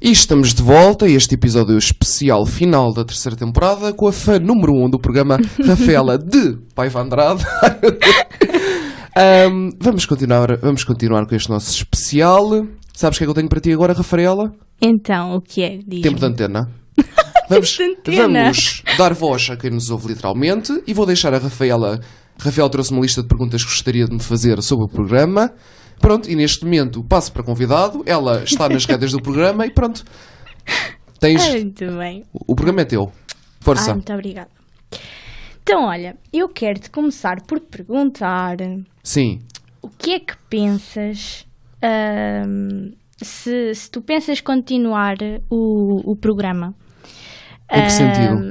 estamos de volta a este episódio especial final da terceira temporada com a fã número 1 um do programa Rafaela de Paiva Andrade. Ahm, vamos, continuar, vamos continuar com este nosso especial. Sabes o que é que eu tenho para ti agora, Rafaela?
Então, o que é? Diz-me.
Tempo de antena. Vamos,
Tempo de antena.
vamos dar voz a quem nos ouve literalmente e vou deixar a Rafaela. Rafael trouxe uma lista de perguntas que gostaria de me fazer sobre o programa. Pronto, e neste momento passo para convidado. Ela está nas redes do programa e pronto. Tens.
Ah, muito bem.
O programa é teu.
Ah,
Força.
muito obrigada. Então, olha, eu quero-te começar por perguntar
Sim.
o que é que pensas ahm, se, se tu pensas continuar o, o programa.
Em que sentido?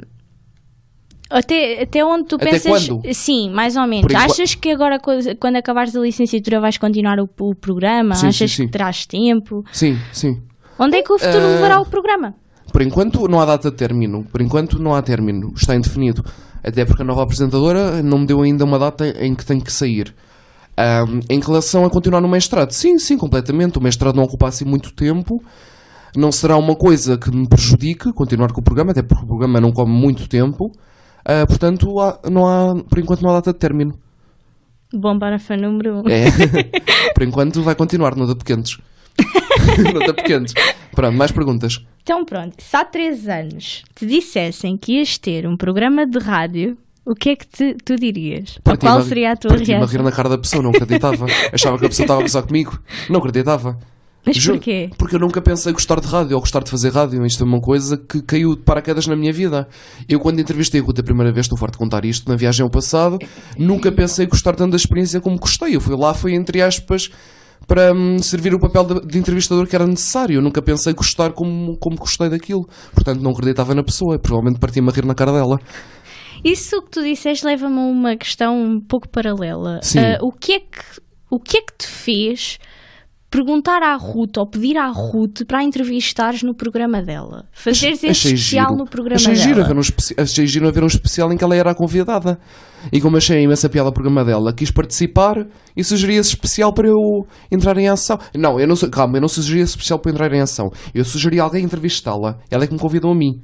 Até, até onde tu
Até
pensas.
quando?
Sim, mais ou menos.
Por enquanto-
Achas que agora, co- quando acabares a licenciatura, vais continuar o, o programa?
Sim,
Achas
sim, sim.
que terás tempo?
Sim, sim.
Onde é que o futuro
Ah.
levará o programa?
Por enquanto não há data de término. Por enquanto não há término. Está indefinido. Até porque a nova apresentadora não me deu ainda uma data em que tem que sair. Ahm, em relação a continuar no mestrado, sim, sim, completamente. O mestrado não ocupa assim muito tempo. Não será uma coisa que me prejudique continuar com o programa, até porque o programa não come muito tempo. Ah, portanto, há- não há, por enquanto não há data de término.
Bom, para fã número 1. Um.
É. por enquanto vai continuar no da Pequenos. no da Pequenos. Pronto, mais perguntas.
Então pronto, se há três anos te dissessem que ias ter um programa de rádio, o que é que te- tu dirias? Ou
Parti-me
qual
a-
seria a tua
parti-me a rir
reação?
na cara da pessoa, não acreditava. Achava que a pessoa estava a gozar comigo. Não acreditava.
Mas
Juro,
porquê?
Porque eu nunca pensei gostar de rádio ou gostar de fazer rádio. Isto é uma coisa que caiu de paraquedas na minha vida. Eu, quando entrevistei a Ruth a primeira vez, estou forte de contar isto, na viagem ao passado, nunca pensei gostar tanto da experiência como gostei. Eu fui lá, foi entre aspas, para hum, servir o papel de, de entrevistador que era necessário. Eu nunca pensei gostar como, como gostei daquilo. Portanto, não acreditava na pessoa. Provavelmente parti-me a rir na cara dela.
Isso que tu disseste leva-me a uma questão um pouco paralela.
Sim.
Ah, o, que é que, o que é que te fez perguntar à Ruth ou pedir à Ruth para a entrevistares no programa dela? Fazeres esse especial no programa
achei
dela?
Giro haver um especi- achei giro haver um especial em que ela era a convidada. E como achei imensa piada o programa dela, quis participar e sugeri esse especial para eu entrar em ação. Não, eu não su- calma, eu não sugeri esse especial para eu entrar em ação. Eu sugeri alguém entrevistá-la. Ela é que me convidou a mim.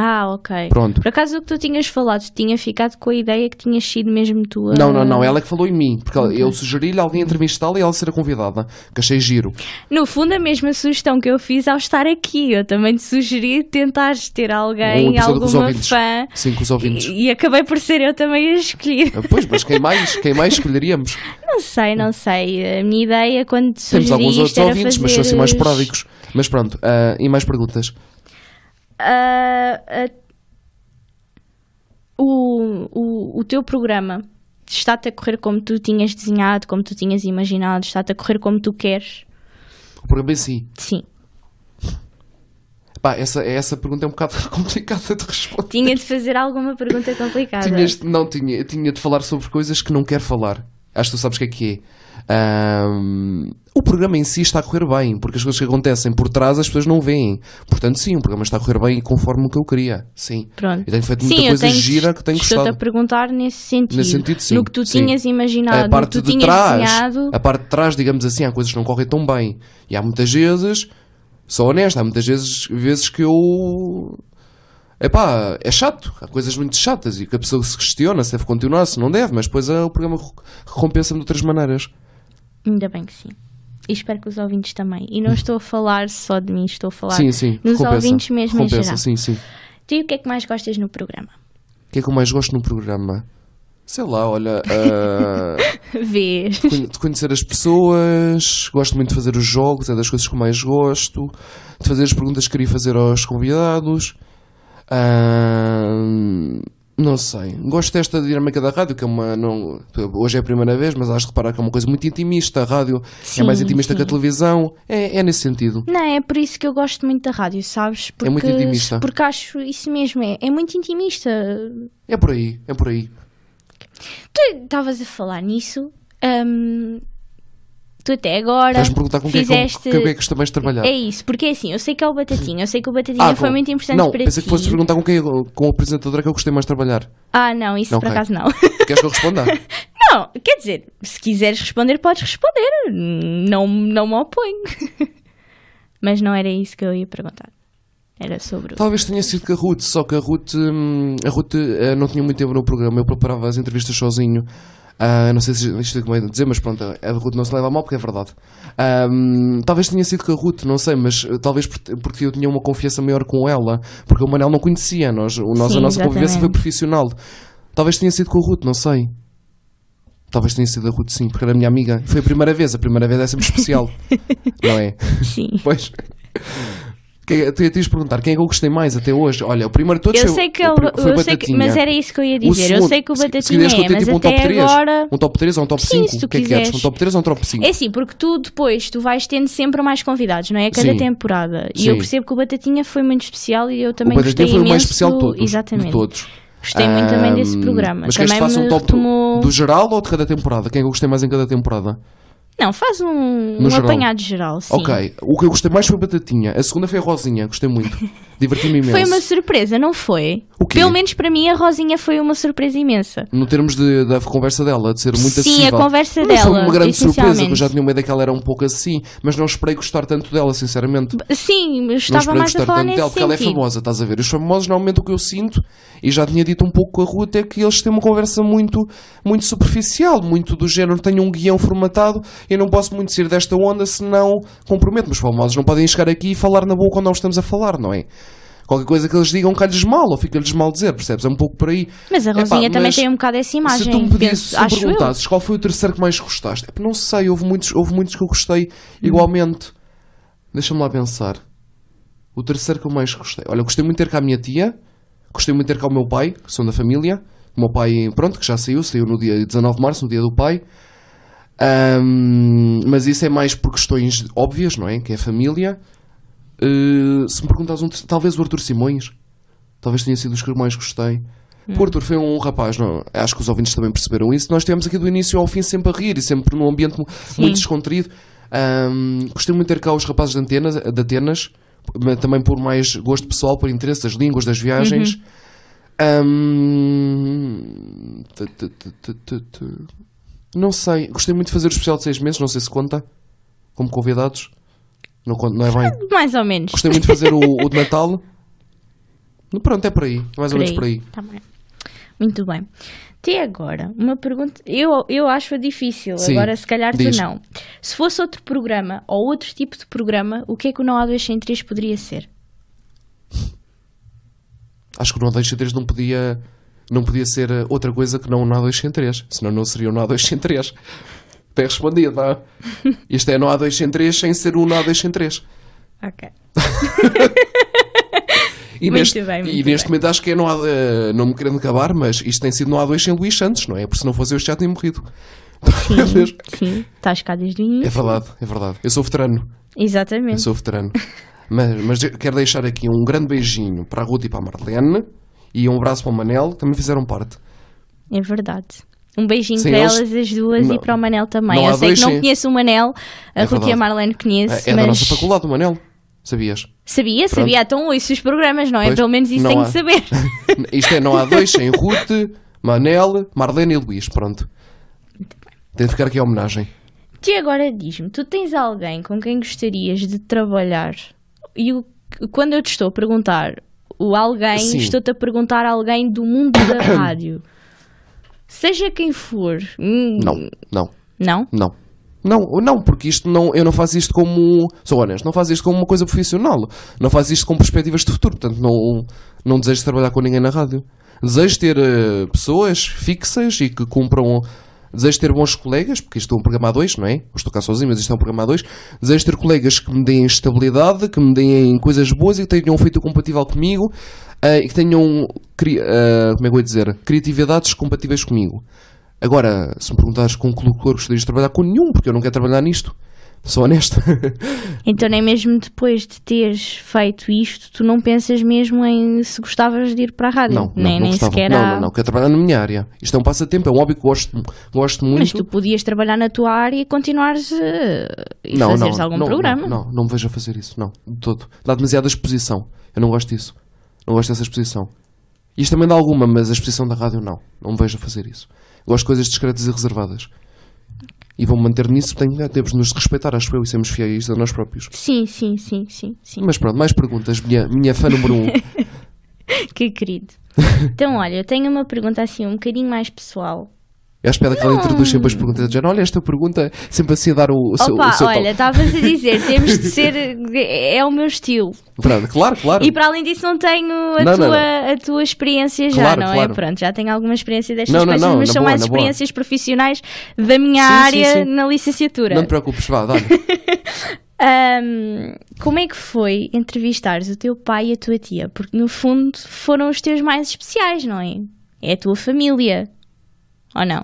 Ah, ok.
Pronto.
Por acaso o que tu tinhas falado tinha ficado com a ideia que tinhas sido mesmo tu a-
Não, não, não, ela é que falou em mim. Porque ela- eu sugeri-lhe alguém entrevistá-la e ela será convidada. Que achei giro.
No fundo, a mesma sugestão que eu fiz ao estar aqui. Eu também te sugeri tentares ter
Um
alguém,
episódio com os
alguma
ouvintes.
fã.
Sim, com os ouvintes.
E, e acabei por ser eu também a escolher.
Ah, Pois, mas quem mais? Quem mais escolheríamos?
Não sei, não sei. A minha ideia quando te sugeri
Temos alguns
isto
outros
era
ouvintes, mas são assim mais
fazeres,
pródicos. Mas pronto, ah, e mais perguntas?
ah, ah, o, o, o teu programa está-te a correr como tu tinhas desenhado, como tu tinhas imaginado, está-te a correr como tu queres?
O programa em si.
Sim.
Pá, essa, essa pergunta é um bocado complicada de responder.
Tinha de fazer alguma pergunta complicada.
Tinhas, não, tinha, tinha de falar sobre coisas que não quero falar. Acho que tu sabes o que é que é. Ahm, o programa em si está a correr bem, porque as coisas que acontecem por trás as pessoas não veem. Portanto, sim, o programa está a correr bem e conforme o que eu queria. Sim.
Pronto.
Eu tenho feito
Sim,
muita
eu
coisa
tenho-
gira que tenho
Estou-te
gostado.
a perguntar nesse sentido.
Nesse sentido, sim,
No que tu
sim.
tinhas imaginado,
a parte
no que
de
tu tinhas
trás,
desenhado.
a parte de trás, digamos assim, há coisas que não correm tão bem. E há muitas vezes, sou honesto, há muitas vezes, vezes que eu. Epá, é chato, há coisas muito chatas e que a pessoa se questiona se deve continuar, se não deve, mas depois ah, o programa re- recompensa-me de outras maneiras.
Ainda bem que sim. E espero que os ouvintes também. E não estou a falar só de mim, estou a falar
Hum. Sim, sim,
nos
recompensa.
ouvintes mesmo em
recompensa,
geral.
sim, sim.
Tu e o que é que mais gostas no programa?
O que é que eu mais gosto no programa? Sei lá, olha, ah,
Vês?
Conhe- de conhecer as pessoas, gosto muito de fazer os jogos, é das coisas que eu mais gosto, de fazer as perguntas que queria fazer aos convidados. Ahn, não sei, gosto desta dinâmica da rádio, que é uma. Não, hoje é a primeira vez, mas acho de reparar que é uma coisa muito intimista. A rádio é
Sim,
mais intimista
sim.
que a televisão, é, é nesse sentido.
Não, é por isso que eu gosto muito da rádio, sabes? Porque,
É muito intimista.
Porque acho isso mesmo, é, é muito intimista.
É por aí, é por aí.
Tu estavas a falar nisso. hum, tu até agora.
Vais-me perguntar com quem é que eu-
fizeste...
com quem é que costumais trabalhar.
É isso, porque é assim, eu sei que é o Batatinha, eu sei que o Batatinha
Ah,
foi
com-
muito importante
não,
para
pensei
ti.
que fosse perguntar com quem é- com o apresentador que eu gostei mais de trabalhar.
Ah, não, isso
Não,
por
ok.
acaso não.
Queres que eu responda?
não, quer dizer, se quiseres responder, podes responder. Não, não me oponho. Mas não era isso que eu ia perguntar. Era sobre. o-
Talvez tenha sido com a Ruth, só que a Ruth, hum, a Ruth eh, não tinha muito tempo no programa, eu preparava as entrevistas sozinho. Ah, não sei se isto é como é de dizer, mas pronto, a Ruth não se leva a mal porque é verdade. Ahm, talvez tenha sido com a Ruth, não sei, mas eh, talvez por- porque eu tinha uma confiança maior com ela, porque o Manel não conhecia, nós, o nós
Sim,
a nossa convivência
exatamente.
foi profissional. Talvez tenha sido com a Ruth, não sei. Talvez tenha sido a Ruth, sim, porque era a minha amiga. Foi a primeira vez, a primeira vez é sempre especial, não é?
Sim.
Pois. Que, tu ias perguntar quem é que eu gostei mais até hoje. Olha, o primeiro de todos
Eu
foi,
sei que
o
ele.
pri- foi
eu sei que-
Batatinha.
mas era isso que eu ia
O
dizer. eu
segundo-
sei que o
se- se
Batatinha
quiseres que eu
é,
tenha,
mas
tipo, um
até
top 3,
agora.
Um top 3 ou um top
Sim,
5?
se tu
o que é que queres? Um
quiseres.
top 3 ou um top 5?
É assim, porque tu depois tu vais tendo sempre mais convidados, não é? A Cada
Sim.
temporada. E
Sim.
eu percebo que o Batatinha foi muito especial e eu
o
também gostei
Batatinha foi o mais
imenso
especial de
do-
todos.
Exatamente.
De todos.
Gostei muito também desse
Ahm,
programa.
Mas queres
também
que faça
me
um top
retomou-
do geral ou de cada temporada? Quem é que eu gostei mais em cada temporada?
Não, faz um,
No
um
geral.
apanhado geral, sim.
Ok. O que eu gostei mais foi a Batatinha. A segunda foi a Rosinha. Gostei muito. Diverti-me imenso.
Foi uma surpresa, não foi?
O quê?
Pelo menos para mim a Rosinha foi uma surpresa imensa.
No termos de- da conversa dela, de ser muito
Sim,
acessível.
a conversa
Mas
dela,
Foi uma grande surpresa, que eu
essencialmente.
já tinha medo que ela era um pouco assim, mas não esperei gostar tanto dela, sinceramente.
Sim, eu
não
estava
esperei
mais
gostar
a falar
tanto
nesse
dela, porque ela é
sentido.
famosa, estás a ver? Os famosos, normalmente, o que eu sinto, e já tinha dito um pouco com a Ruth, é que eles têm uma conversa muito, muito superficial, muito do género, tenho um guião formatado, eu não posso muito sair desta onda, senão comprometo-me. Os famosos não podem chegar aqui e falar na boa quando nós estamos a falar, não é? Qualquer coisa que eles digam cai-lhes mal, ou fica-lhes mal dizer, percebes? É um pouco por aí.
Mas a
Epá,
Rosinha também
mas-
tem um bocado essa
se
imagem.
tu me pedisses,
penso-
se me
acho eu.
perguntasses qual foi o terceiro que mais gostaste, Epá, não sei, houve muitos, houve muitos que eu gostei
Hum.
igualmente. Deixa-me lá pensar. O terceiro que eu mais gostei. Olha, eu gostei muito de ter cá a minha tia, gostei muito de ter cá o meu pai, que são da família. O meu pai, pronto, que já saiu, saiu no dia 19 de março, no dia do pai. Ahm, mas isso é mais por questões óbvias, não é? Que é a família. Uh, se me perguntas um, ter- talvez o Arthur Simões. Talvez tenha sido dos que eu mais gostei. O Arthur foi um rapaz, não, acho que os ouvintes também perceberam isso. Nós estivemos aqui do início ao fim sempre a rir e sempre num ambiente mu- muito descontraído. Ahm, gostei muito de ter cá os rapazes de Atenas, de Atenas, mas também por mais gosto pessoal, por interesse das línguas, das viagens. Ahm, tu, tu, tu, tu, tu, tu. Não sei, gostei muito de fazer o especial de seis meses, não sei se conta, como convidados. Não, conta, não é bem.
Mais ou menos.
Gostei muito de fazer um o, o de Natal. Pronto, é por aí. Mais ou menos por aí.
Tá bem. Muito bem. Até agora, uma pergunta. Eu, eu acho difícil,
Sim,
agora se calhar
diz.
tu não. Se fosse outro programa ou outro tipo de programa, o que é que o Não Há Dois Sem Três poderia ser?
Acho que o 9203 não podia, não podia ser eh, outra coisa que não o 9203. Senão não seria o 9203. Tem respondido, não é? Isto é 9203 sem ser o 9203.
Ok.
E
Muito
neste,
bem, muito
e neste
bem.
momento acho que é não, há, eh, não me querendo acabar, mas isto tem sido não há dois sem Luís Santos, não é? Porque se não fosse eu já tinha morrido.
Sim, sim. Tá Estás cá desde o
É
início.
verdade, é verdade. Eu sou veterano. Eu
Exatamente.
sou veterano. mas, mas eu quero deixar aqui um grande beijinho para a Ruth e para a Marlene e um abraço para o Manel, que também fizeram parte.
É verdade. Um beijinho
Sim,
para
eles-
elas as duas
Não-
e para o Manel também.
não há
Eu sei
dois
que não
sem-
conheço o Manel, a
É
Ruth e a
verdade.
Marlene
É,
conheço,
é
mas
da nossa faculdade, o Manel. Sabias?
sabia,
Pronto.
sabia, então ouço os programas, não é?
Pois,
Pelo menos isso
não
tenho
há.
que saber.
Isto é, não há dois sem Ruth, Manel, Marlene e Luís. Pronto. Tem de ficar aqui a homenagem.
Tu agora diz-me, tu tens alguém com quem gostarias de trabalhar? E o- quando eu te estou a perguntar o alguém,
Sim.
estou-te a perguntar alguém do mundo da rádio. Seja quem for. Hum,
Não, não.
Não?
Não. Não, não, porque isto não, eu não faço isto como. Sou honesto, não faço isto como uma coisa profissional. Não faço isto com perspectivas de futuro. Portanto, não, não desejo trabalhar com ninguém na rádio. Desejo ter eh, pessoas fixas e que cumpram. Desejo ter bons colegas, porque isto é um programa a dois, não é? Eu estou cá sozinho, mas isto é um programa a dois. Desejo ter colegas que me deem estabilidade, que me deem coisas boas e que tenham um feito compatível comigo eh, e que tenham, cri- eh, como é que eu ia dizer, criatividades compatíveis comigo. Agora, se me perguntares com que locutor gostarias de trabalhar, com nenhum, porque eu não quero trabalhar nisto. Sou honesto.
Então, nem mesmo depois de teres feito isto, tu não pensas mesmo em se gostavas de ir para a rádio?
não, não,
nem
não
nem
gostava.
sequer
não,
há-
não, não, quero trabalhar na minha área. Isto é um passatempo, é um hobby que gosto, gosto muito.
Mas tu podias trabalhar na tua área e continuares eh, e
não,
fazeres
não,
algum
não,
programa.
Não, não, não me vejo a fazer isso, não, de todo. Dá demasiada exposição. Eu não gosto disso. Não gosto dessa exposição. Isto também dá alguma, mas a exposição da rádio não. Não me vejo a fazer isso. Gosto de coisas discretas e reservadas. e vou manter nisso, tenho, temos de nos respeitar, acho eu, e sermos fiéis a nós próprios.
Sim, sim, sim, sim, sim.
Mas pronto, mais perguntas, minha, minha fã número um.
Que querido. Então, olha, eu tenho uma pergunta assim um bocadinho mais pessoal.
Eu espero que ela introduz sempre as perguntas, dizendo, olha, esta pergunta, sempre assim a dar o, o seu, o
Opa,
seu
olha, tá-
toque.
estavas a dizer, temos de ser. É o meu estilo.
Pronto, claro, claro.
E para além disso, não tenho a,
Ah, Não, não,
tua,
não.
a tua experiência já,
Claro,
não
claro.
é? Pronto, já tenho alguma experiência destas
Não, não,
coisas,
não,
mas
na
são
boa,
mais
na boa.
experiências profissionais da minha
Sim, sim,
área
sim.
na licenciatura.
Não te preocupes, vá, dá
Ahm, como é que foi entrevistares o teu pai e a tua tia? Porque no fundo foram os teus mais especiais, não é? É a tua família. Ou não?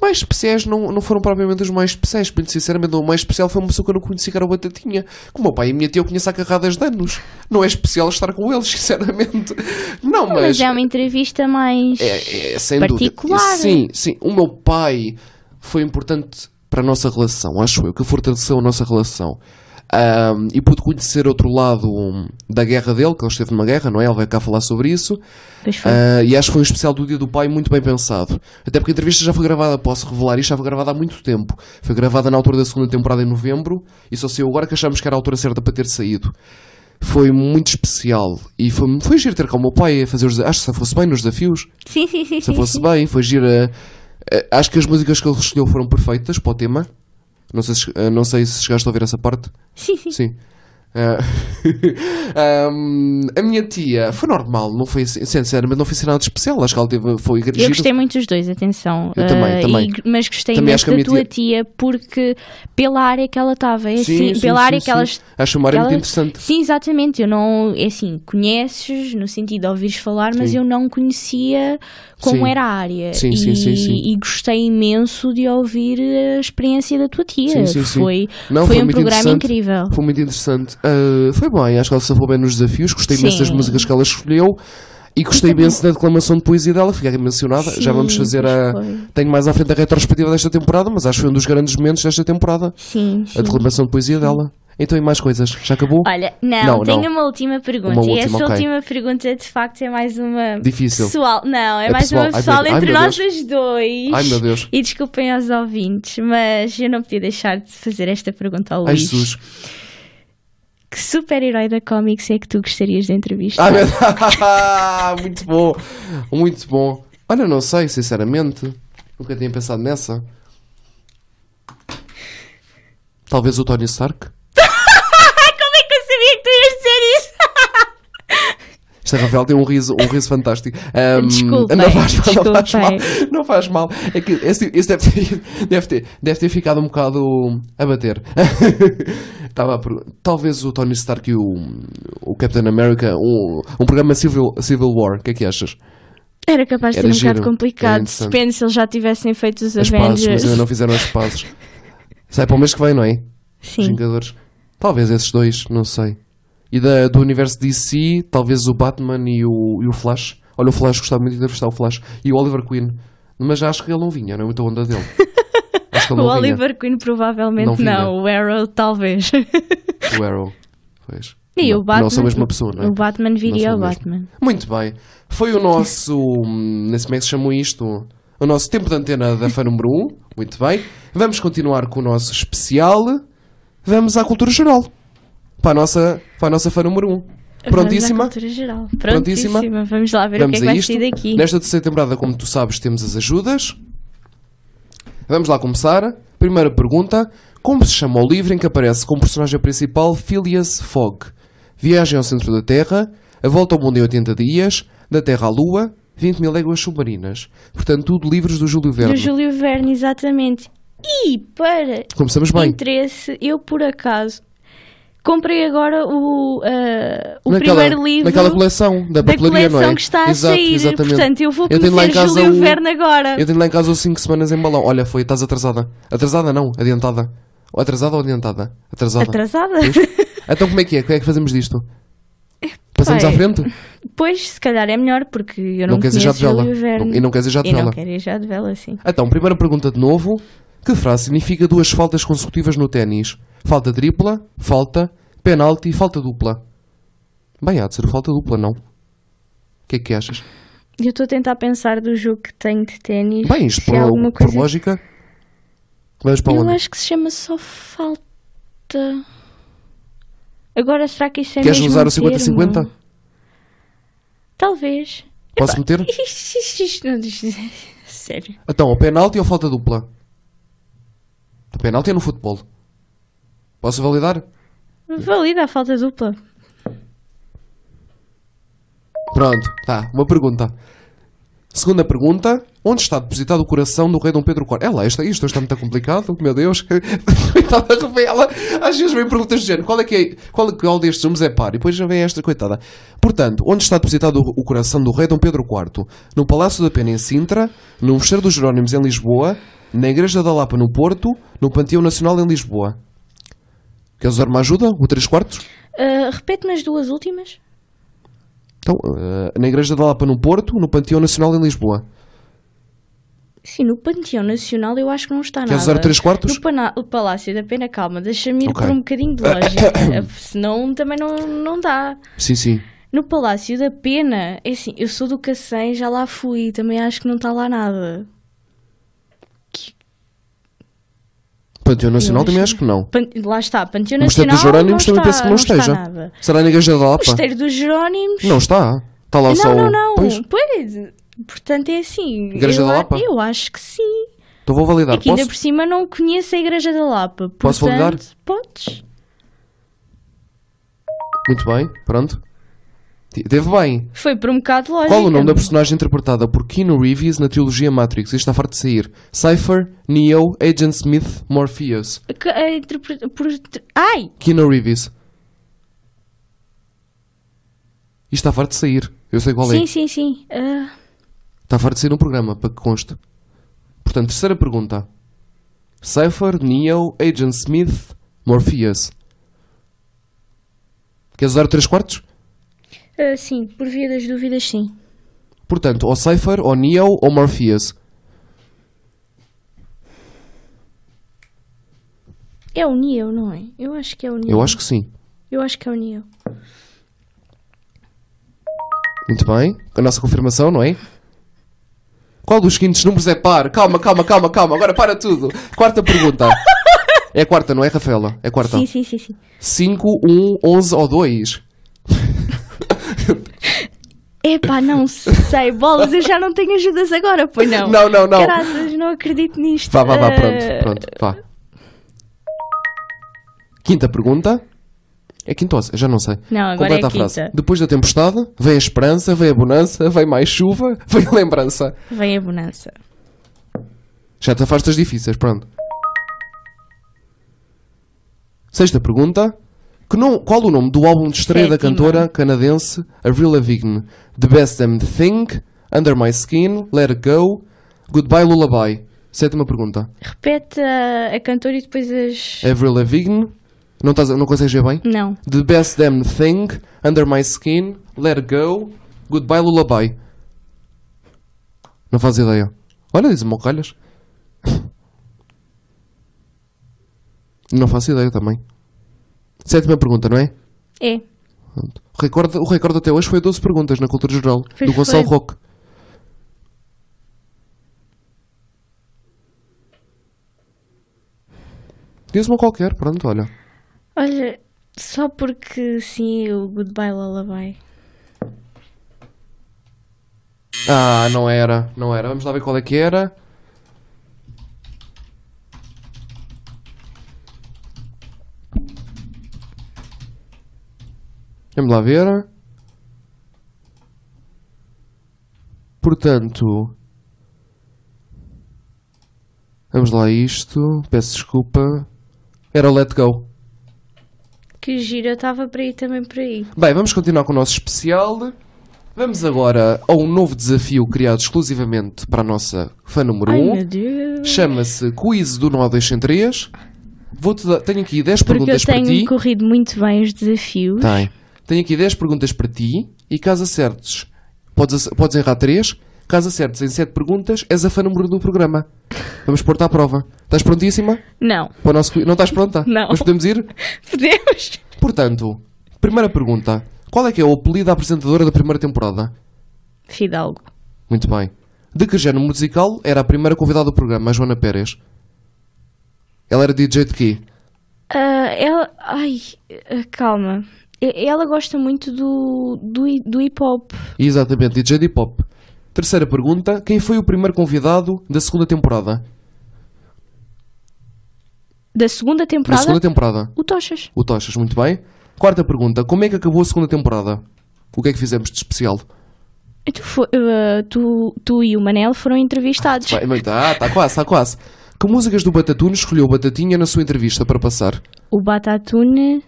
mais especiais não, não foram propriamente os mais especiais. Muito sinceramente, o mais especial foi uma pessoa que eu não conheci que era o Batatinha. Que o meu pai e a minha tia eu conheço há carradas de anos. Não é especial estar com eles, sinceramente. Não,
Mas, é uma entrevista mais.
é, é, sem
particular.
dúvida. Sim, sim. O meu pai foi importante para a nossa relação, acho eu, que fortaleceu a nossa relação. Ahm, e pude conhecer outro lado hum, da guerra dele, que ele esteve numa guerra, não é? Ele veio cá falar sobre isso.
Pois foi.
Ah, e acho que foi um especial do Dia do Pai muito bem pensado. Até porque a entrevista já foi gravada, posso revelar isto, já foi gravada há muito tempo. Foi gravada na altura da segunda temporada em novembro e só saiu agora que achamos que era a altura certa para ter saído. Foi muito especial e foi, foi giro ter com o meu pai a fazer os. Acho que se fosse bem nos desafios.
Sim, sim, sim.
Se
sim,
fosse
sim.
bem, foi gira. Eh, Acho que as músicas que ele escolheu foram perfeitas para o tema. Não sei se, eh, não sei se chegaste a ouvir essa parte.
Sim, sim.
Sim. Ah, ahm, a minha tia foi normal, não foi assim- sinceramente, não foi assim nada de especial. Acho que ela teve, foi
Eu
giro.
gostei muito dos dois, atenção.
Eu também,
Ah,
também.
e- mas gostei
Também acho
muito
que a
da
minha
tua tia. porque pela área que ela estava, é
Sim,
assim,
sim,
pela
sim,
área
sim.
que elas
Acho uma área muito
Ela-
interessante.
Sim, exatamente. Eu não, é assim, conheces no sentido de ouvires falar, mas
Sim.
eu não conhecia como
Sim.
era a área.
Sim,
e,
sim, sim, sim.
e gostei imenso de ouvir a experiência da tua tia.
Sim, sim, sim.
Foi,
Não,
foi,
foi
um
muito
programa
interessante.
incrível.
Foi muito interessante. Ah, foi bem, acho que ela se safou bem nos desafios. Gostei imenso das
Sim.
músicas que ela escolheu. E gostei imenso da declamação de poesia dela, fica aqui mencionada. Já
Sim,
vamos fazer
pois
a.
foi.
Tenho mais à frente a retrospectiva desta temporada, mas acho que foi um dos grandes momentos desta temporada.
Sim,
A
sim.
declamação de poesia dela. Então, e mais coisas? Já acabou?
Olha, não,
Não,
tenho
não.
uma última pergunta.
Uma
e
última,
essa
ok.
última pergunta, de facto, é mais uma
Difícil.
pessoal. Não, é,
É
mais
pessoal. Ai,
uma
meu
pessoal
Deus. Ai,
entre
meu
nós os dois.
Ai meu Deus.
E desculpem aos ouvintes, mas eu não podia deixar de fazer esta pergunta ao
Ai
Luís.
Jesus.
Que super-herói da comics é que tu gostarias de entrevistar?
Ah, meu Deus. muito bom, muito bom. Olha, não sei, sinceramente. Nunca tinha pensado nessa. Talvez o Tony Stark?
Como é que eu sabia que tu ias dizer isso?
Esta Rafael tem um riso, um riso fantástico. Ahm,
Desculpem,
não faz mal, não faz mal.
desculpem.
Não faz mal. É que esse, esse deve, ter, deve, ter, deve ter ficado um bocado a bater. Estava a per- Talvez o Tony Stark e o, o Captain America, um, um programa Civil, Civil War. O que é que achas?
Era capaz de
Era
ser um
giro,
bocado
era
complicado.
interessante.
Depende se eles já tivessem feito os
As pazes, mas
Avengers.
ainda não fizeram as pazes. Sai para o mês que vem, não é? Os
Sim.
Vingadores. Talvez esses dois, não sei. E da, do universo DC, talvez o Batman e o, e o Flash. Olha, o Flash, gostava muito de entrevistar o Flash. E o Oliver Queen. Mas acho que ele não vinha, não é muito a onda dele. Acho que ele
O
não
Oliver Queen
Não
provavelmente
vinha.
não, o Arrow talvez.
vinha. O Arrow. Pois.
E
não,
o Batman.
Não são a mesma pessoa, não é?
O Batman viria
Não
ao
são a mesma.
Batman.
Muito bem. Foi o nosso. hum, Não sei como é que se chamou isto. O nosso tempo de antena da fã número 1. Muito bem. Vamos continuar com o nosso especial. Vamos à cultura geral. Para a nossa, para a nossa fã número 1.
Vamos à
Prontíssima?
cultura geral.
Prontíssima?
Prontíssima. Vamos lá ver
Vamos
o
a
que é que vai
isto.
sair daqui.
Nesta terceira temporada, como tu sabes, temos as ajudas. Vamos lá começar. Primeira pergunta: Como se chama o livro em que aparece como personagem principal Phileas Fogg? Viagem ao centro da Terra, A Volta ao Mundo em 80 Dias, Da Terra à Lua, 20 mil léguas submarinas. Portanto, tudo livros do Júlio Verne.
Do Júlio Verne, exatamente. E para
Começamos bem.
interesse, eu por acaso comprei agora o, ah, o
naquela,
primeiro livro
naquela coleção da
da
papelaria, não
coleção
é?
que está a
Exato,
sair.
Exatamente.
Portanto, eu vou
Eu tenho lá em
conhecer
casa um
Júlio
o-
Verne agora.
Eu tenho lá em casa os 5 semanas em balão. Olha, foi, estás atrasada. Atrasada não, adiantada. Ou Atrasada ou adiantada? Atrasada.
Atrasada?
Então como é que é? Como é que fazemos disto? Passamos
Pai,
à frente?
Pois, se calhar é melhor, porque eu
Não
não,
queres ir já
conheço
de vela.
Júlio Verne.
Não- e não queres ir já de
E não
vela.
quero ir já de vela, sim.
Então, primeira pergunta de novo. Que frase significa duas faltas consecutivas no ténis? Falta tripla, falta, penalti e falta dupla. Bem, há de ser falta dupla, não? O que é que achas?
Eu estou a tentar pensar do jogo que tenho de ténis.
Bem, isto
se
por,
há alguma
por
coisa-
lógica. Leves para
Eu
onde?
acho que se chama só falta. Agora será que isso é
Queres
mesmo
usar
um
o 50-50?
termo? Talvez.
Posso meter?
Isto, isto, isto não diz. Sério.
Então, o penalti ou falta dupla? O penalti é no futebol. Posso validar?
Valida a falta dupla.
Pronto, tá. Uma pergunta. Segunda pergunta. Onde está depositado o coração do rei Dom Pedro IV? É lá, esta, isto está muito complicado, meu Deus. coitada revela. Às vezes vem perguntas do género. Qual é que é, qual, qual destes números é par? E depois já vem esta, coitada. Portanto, onde está depositado o, o coração do rei Dom Pedro IV? No Palácio da Pena em Sintra, no Mosteiro dos Jerónimos em Lisboa, na Igreja da Lapa no Porto, no Panteão Nacional em Lisboa. Queres usar uma ajuda? O 3 quartos?
Ah, Repete-me as duas últimas.
Então, eh, na Igreja da Lapa no Porto, no Panteão Nacional em Lisboa.
Sim, no Panteão Nacional eu acho que não está nada.
Queres usar três quartos?
No pana- o Palácio da Pena Calma, deixa-me ir
Ok.
por um bocadinho de lógica, senão também não, não dá.
Sim, sim.
No Palácio da Pena, é assim, eu sou do Cacém, já lá fui, também acho que não está lá nada.
Panteão Nacional
Eu
também
acho
acho que não.
Pan- Lá está, Panteão
O Mosteiro
Nacional.
dos Jerónimos
não
também penso
está,
que não,
está
esteja.
nada.
Será na Igreja da
O
Lapa?
Mosteiro dos Jerónimos.
Não está. Está lá só
não,
o...
não, não.
Pois,
Pois. portanto é assim.
Igreja
eu,
da
a-
Lapa?
Eu acho que sim.
então vou validar.
Aqui ainda
Posso?
por cima não conheço a Igreja da Lapa.
Posso validar?
portanto, Podes.
Muito bem, pronto. Te- Teve bem.
Foi por um bocado lógico.
Qual o nome da personagem interpretada por Keanu Reeves na trilogia Matrix? Isto está farto de sair. Cypher, Neo, Agent Smith, Morpheus.
Que- a interpreta- por- Ai!
Keanu Reeves. Isto está farto de sair. Eu sei qual é.
Sim, sim, sim. Ah,
Está farto de sair um programa, para que conste. Portanto, terceira pergunta. Cypher, Neo, Agent Smith, Morpheus. Queres usar o 3 quartos?
ah, sim, por via das dúvidas, sim.
Portanto, ou Cypher, ou Neo, ou Morpheus.
É o Neo, não é? Eu acho que é o Neo.
Eu acho que sim.
Eu acho que é o Neo.
Muito bem. A nossa confirmação, não é? Qual dos seguintes números é par? Calma, calma, calma, calma. Agora para tudo. Quarta pergunta. É a quarta, não é, Rafaela? É a quarta.
Sim, sim, sim, sim.
5, 1, 11 ou 2?
Epá, não sei, bolas, eu já não tenho ajudas agora, pois não.
Não, não, não.
Graças, não acredito nisto.
Vá, vá, vá,
Ah,
pronto, pronto, vá. Quinta pergunta. É quinta, ou se- já não sei.
Não, agora é
Completa a
quinta.
frase. Depois da tempestade, vem a esperança, vem a bonança, vem mais chuva, vem a lembrança.
Vem a bonança.
Já te afastas difíceis, pronto. Sexta pergunta. Que no- qual o nome do álbum de estreia da
Sétima.
cantora canadense Avril Lavigne? The Best Damned Thing, Under My Skin, Let It Go, Goodbye Lullaby. Sétima pergunta.
Repete a, a cantora e depois as.
Avril Lavigne. Não, estás, a- não consegues ver bem?
Não.
The Best Damn Thing, Under My Skin, Let It Go, Goodbye Lullaby. Não faz ideia. Olha, diz-me ao calhas. Não faço ideia também. Sétima pergunta, não é?
É.
O recorde, o recorde até hoje foi 12 perguntas na cultura geral,
Pois
do Gonçalo
foi.
Roque. Diz uma qualquer, pronto, olha.
Olha, só porque sim, o Goodbye Lullaby.
Ah, não era, não era. Vamos lá ver qual é que era. Vamos lá ver. Portanto, vamos lá a isto. Peço desculpa. Era o Let Go.
Que giro, eu estava para ir também por aí.
Bem, vamos continuar com o nosso especial. Vamos agora a um novo desafio criado exclusivamente para a nossa fã número
Ai
1.
meu Deus.
Chama-se Quiz do Nó 203. Vou-te dar, tenho aqui 10
Porque eu
perguntas para ti.
tenho corrido muito bem os desafios.
Tem. Tenho aqui 10 perguntas para ti e caso acertes, podes, ace- podes errar 3. Caso acertes em 7 perguntas, és a fã número 1 do programa. Vamos pôr-te à prova. Estás prontíssima?
Não,
Para o nosso... quiz? Não estás pronta?
Não.
Mas podemos ir?
podemos.
Portanto, primeira pergunta. Qual é que é o apelido da apresentadora da primeira temporada?
Fidalgo.
Muito bem. De que género musical era a primeira convidada do programa, a Joana Pérez? Ela era DJ de quê?
Ah, ela. Ai, ah, calma. E- Ela gosta muito do, do, hi- do hip hop.
Exatamente, DJ de hip-hop. Terceira pergunta, quem foi o primeiro convidado da segunda temporada?
Da segunda
Da
temporada.
segunda temporada.
O Tochas.
O Tochas, muito bem. Quarta pergunta, como é que acabou a segunda temporada? O que é que fizemos de especial?
Tu, fo- ah, tu, tu e o Manel foram entrevistados.
Bem, bem, tá, tá quase, tá quase. Que músicas do Batatuno escolheu o Batatinha na sua entrevista para passar?
o Batatune,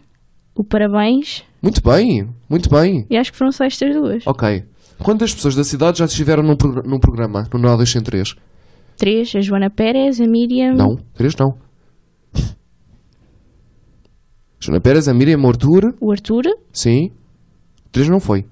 o Parabéns.
Muito bem, muito bem.
E acho que foram só estas duas.
Ok. Quantas pessoas da cidade já estiveram num, progr- num programa, no 9203?
Três, a Joana Pérez, a Miriam.
Não, três não. Joana Pérez, a Miriam Mortur,
O Arthur.
sim. Três não foi.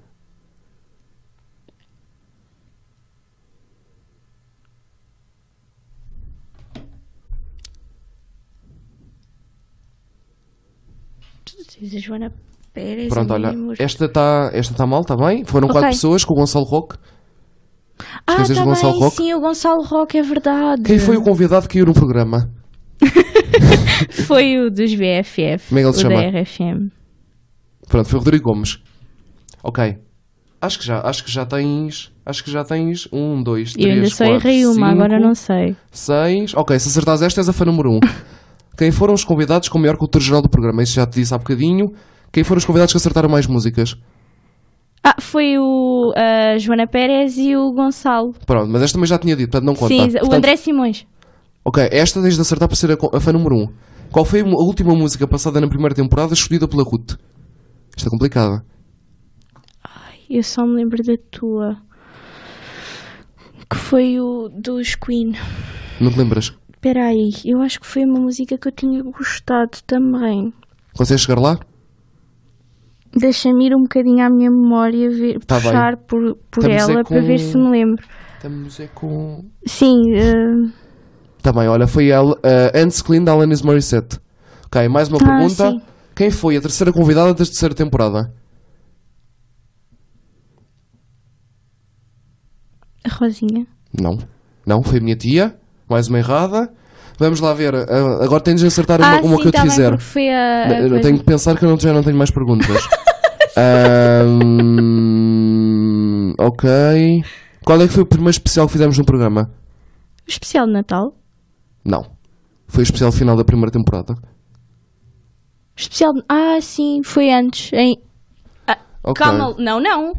Tu dizes a Joana Pérez.
Pronto,
a
olha,
Miriam, o Arthur.
esta está esta tá mal, está bem? Foram
Ok.
quatro pessoas com o Gonçalo Roque.
Ah,
esqueces
tá
do Gonçalo
bem,
Roque?
sim, o Gonçalo Roque, é verdade.
Quem foi o convidado que caiu no programa?
Foi o dos BFF.
Como é que ele se
o
chama?
da RFM.
Pronto, foi o Rodrigo Gomes. Ok. Acho que já, acho que já tens. Acho que já tens um, dois,
Eu
três,
ainda só
quatro,
errei uma,
cinco,
agora não sei.
seis. Ok, se acertares esta és a fã número um. Quem foram os convidados com o maior cultura geral do programa? Isso já te disse há bocadinho. Quem foram os convidados que acertaram mais músicas?
Ah, foi o a Joana Pérez e o Gonçalo.
Pronto, mas esta também já tinha dito, portanto não conta.
Sim, o
Portanto,
André Simões.
Ok, esta tens de acertar para ser a, co- a fã número um. Qual foi a mu- a última música passada na primeira temporada escolhida pela Ruth? Isto é complicada.
Eu só me lembro da tua. Que foi o dos Queen.
Não te lembras?
Espera aí, eu acho que foi uma música que eu tinha gostado também.
Consegues chegar lá?
Deixa-me ir um bocadinho à minha memória, ver,
Tá bem.
puxar por, por
Estamos é
ela para
com-
ver se me lembro.
Estamos é com.
Sim, eh,
Também, Tá olha, foi a uh, Anne Clean da Alanis Morissette. Ok, mais uma
Ah,
pergunta.
sim.
Quem foi a terceira convidada da terceira temporada?
a ah, Rosinha.
Não. Não, foi a minha tia. Mais uma errada. Vamos lá ver. ah, agora tens de acertar
ah,
uma, uma
sim,
que eu te
tá bem,
fizer.
porque foi a. a
Eu
coisa.
tenho que pensar que eu não, já não tenho mais perguntas. Ahm, ok. Qual é que foi o primeiro especial que fizemos no programa?
O especial de Natal.
Não. Foi o especial final da primeira temporada.
O especial. de- Ah, sim, foi antes. Em...
Ok.
Calma, não, não.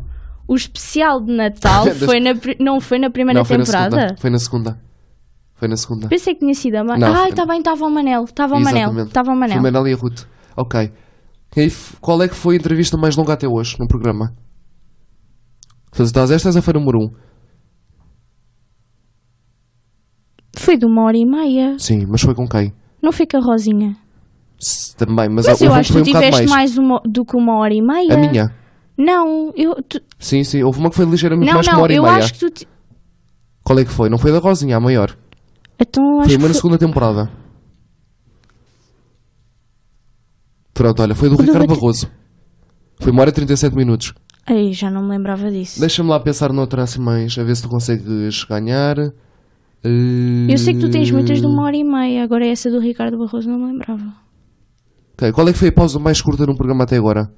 O especial de Natal
Deixa-
foi na, pri- não foi na primeira
Não, foi na
temporada?
segunda. Foi na segunda. Foi na segunda.
Pensei que tinha sido a Manel.
Não,
Ah,
foi-
está bem, estava o Manel. Estava o Manel.
Exatamente.
Estava o
Foi
Manel.
Manel e a Ruth. Ok. E f- qual é que foi a entrevista mais longa até hoje no programa? Se estás esta, és a fã número 1.
Foi de uma hora e meia.
Sim, mas foi com quem?
Não foi com a Rosinha.
S- Também, mas,
Mas
a,
eu
houve-
acho que
foi
tu
um bocado
tiveste
mais.
mais uma- do que uma hora e meia.
A minha?
Não, eu. tu-
Sim, sim. Houve uma que foi ligeiramente
Não,
mais que uma
não,
hora e
eu
meia.
acho que tu. ti-
Qual é que foi? Não foi da Rosinha, a maior.
Então acho
foi uma
que.
na segunda temporada. Pronto, olha, foi do
do
Ricardo
Bati-
Barroso. Foi uma hora e 37 minutos.
Ai, já não me lembrava disso.
Deixa-me lá pensar noutra assim mais, a ver se tu consegues ganhar.
Eu sei que tu tens muitas de uma hora e meia. Agora é essa do Ricardo Barroso não me lembrava.
Ok, qual é que foi a pausa mais curta num programa até agora?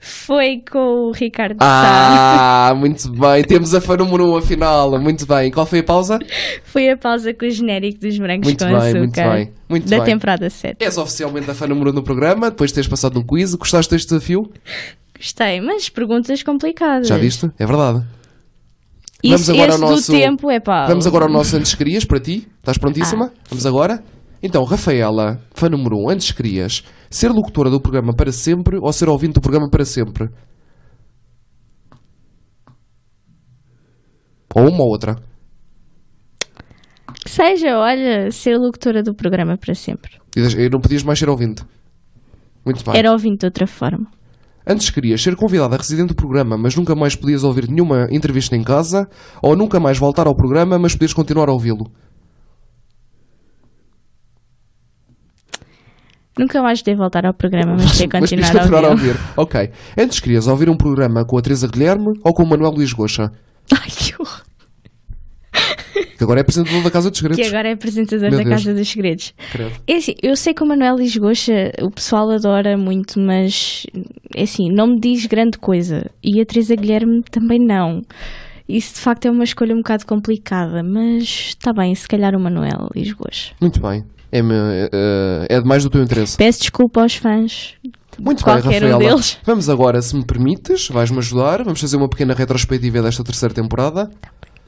Foi com o Ricardo Sá.
Ah, muito bem. Temos a fã número 1 um, afinal. Muito bem. Qual foi a pausa?
Foi a pausa com o genérico dos brancos
Muito
com
bem,
açúcar.
muito bem, muito
da
bem.
temporada 7.
És oficialmente a fã número 1 um do programa, depois de teres passado um quiz. Gostaste deste desafio?
Gostei, mas perguntas complicadas.
Já viste? É verdade.
Isso,
Vamos agora
esse
ao nosso-
do tempo é pá.
Vamos agora ao nosso Antes Querias para ti. Estás prontíssima? Vamos agora? Então, Rafaela, fã número 1, um, Antes Querias, ser locutora do programa para sempre ou ser ouvinte do programa para sempre? Ou uma ou outra.
Que seja, olha, ser locutora do programa para sempre.
E das- e eh, não podias mais ser ouvinte. Muito bem.
Era ouvinte de outra forma.
Antes querias ser convidada a residente do programa, mas nunca mais podias ouvir nenhuma entrevista em casa, ou nunca mais voltar ao programa, mas podias continuar a ouvi-lo.
Nunca mais dei voltar ao programa, mas sei
Mas quis
continuar,
continuar a
a ouvir.
ouvir. Ok. Antes querias ouvir um programa com a Teresa Guilherme ou com o Manuel Luís Goxa,
Ai, que horror.
que agora é apresentador da Casa dos Segredos.
Que agora é apresentador
Meu
da
Deus.
Casa dos Segredos.
Credo.
É assim, eu sei que o Manuel Lisgocha o pessoal adora muito, mas é assim, não me diz grande coisa. E a Teresa Guilherme também não. Isso de facto é uma escolha um bocado complicada, mas está bem, se calhar o Manuel Lisgocha.
Muito bem. É, me- eh, é demais do teu interesse.
Peço desculpa aos fãs.
Muito bem,
Qualquer um
Rafaela.
deles.
Vamos agora, se me permites, vais-me ajudar. Vamos fazer uma pequena retrospectiva desta terceira temporada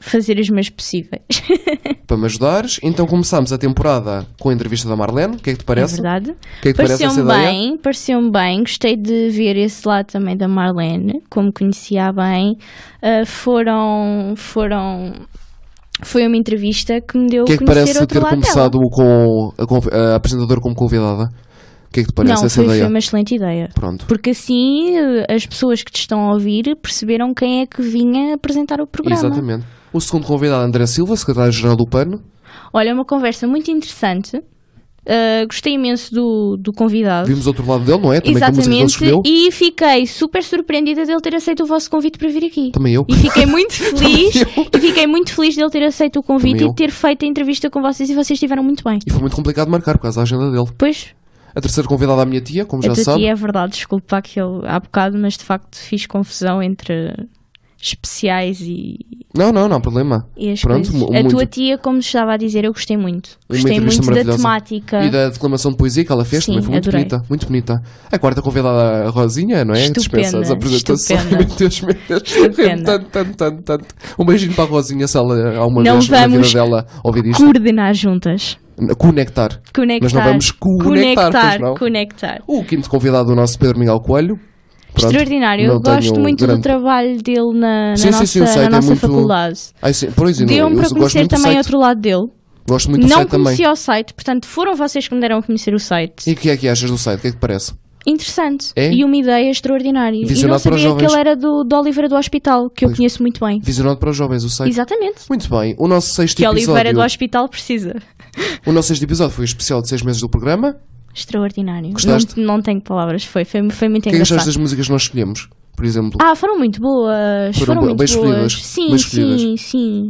Fazer os meus possíveis. é
para me ajudares. Então começámos a temporada com a entrevista da Marlene. O que é que te
É
parece?
verdade.
que é que te parece
Pareceu-me
essa ideia?
bem, pareceu-me bem. Gostei de ver esse lado também da Marlene, como conhecia bem. Ah, foram, foram. Foi uma entrevista que me deu
O que é que
conhecer
parece
outro
ter
lado
começado com a, conv- a apresentadora como convidada? O que é que te
dela.
parece
Não,
essa
foi, foi
ideia?
uma excelente ideia.
Pronto.
Porque assim eh, as pessoas que te estão a ouvir perceberam quem é que vinha apresentar o programa.
Exatamente. O segundo convidado, André Silva, secretário-geral do PAN.
Olha, é uma conversa muito interessante. Ah, gostei imenso do, do convidado.
Vimos outro lado dele, não é? Também com a música que ele
Exatamente,
escolheu.
e fiquei super surpreendida dele ter aceito o vosso convite para vir aqui.
Também eu.
E fiquei muito feliz,
Também
e fiquei muito feliz dele ter aceito o convite
Também eu.
e ter feito a entrevista com vocês e vocês estiveram muito bem.
E foi muito complicado marcar por causa da agenda dele.
Pois,
A terceira convidada, a minha tia, como
a
já
tua
sabe.
tia é verdade, desculpa que eu há bocado, mas de facto fiz confusão entre especiais e,
Não, não, não, há problema.
e as
Pronto,
coisas.
mu-
A
muito.
tua tia, como estava a dizer, eu gostei muito.
Uma
Gostei
entrevista
muito da
maravilhosa.
temática.
E da declamação de poesia que ela fez
Tá. Sim,
também foi muito
adorei.
bonita, muito bonita. A quarta convidada, a Rosinha, não é?
Estupenda,
Dispensa as apresentações.
estupenda.
Meu Deus, meu Deus.
Estupenda.
Tanto, tanto, tanto, tanto. Um beijinho para a Rosinha, se ela há uma
Não
vez na vida
vamos
dela ouvir isto.
Coordenar juntas.
Conectar.
Conectar.
Mas não vamos conectar, pois não?
conectar.
O quinto convidado, o nosso Pedro Miguel Coelho. Pronto,
Extraordinário, eu
não tenho
gosto muito
grande-
do trabalho dele na, na
Sim,
nossa,
sim, sim, o site
na
é
nossa
muito-
faculdade.
Ai, sim, pois, eu, eu
Deu-me para
gosto
conhecer
muito do
também
site.
outro lado dele.
Gosto muito do
não
site também.
conhecia o site, portanto foram vocês que me deram a conhecer o site.
E o que é que achas do site? O que é que te parece?
Interessante
É?
e uma ideia extraordinária. E não
Visionado para os
sabia que
jovens.
ele era do, do Oliveira do Hospital, que eu
Pois.
conheço muito bem.
Visionado para os jovens, o site.
Exatamente.
Muito bem, o nosso sexto
Que Oliveira
episódio.
do Hospital precisa.
O nosso sexto episódio foi o especial de seis meses do programa. é
Extraordinário.
Gostaste?
Não, não tenho palavras, foi, foi, foi muito
O que é que achaste
engraçado.
das músicas que nós escolhemos? Por exemplo,
Ah, foram muito boas.
Foram
Foram,
bo-
muito
bem escolhidas,
boas. Sim,
bem
sim,
escolhidas.
sim.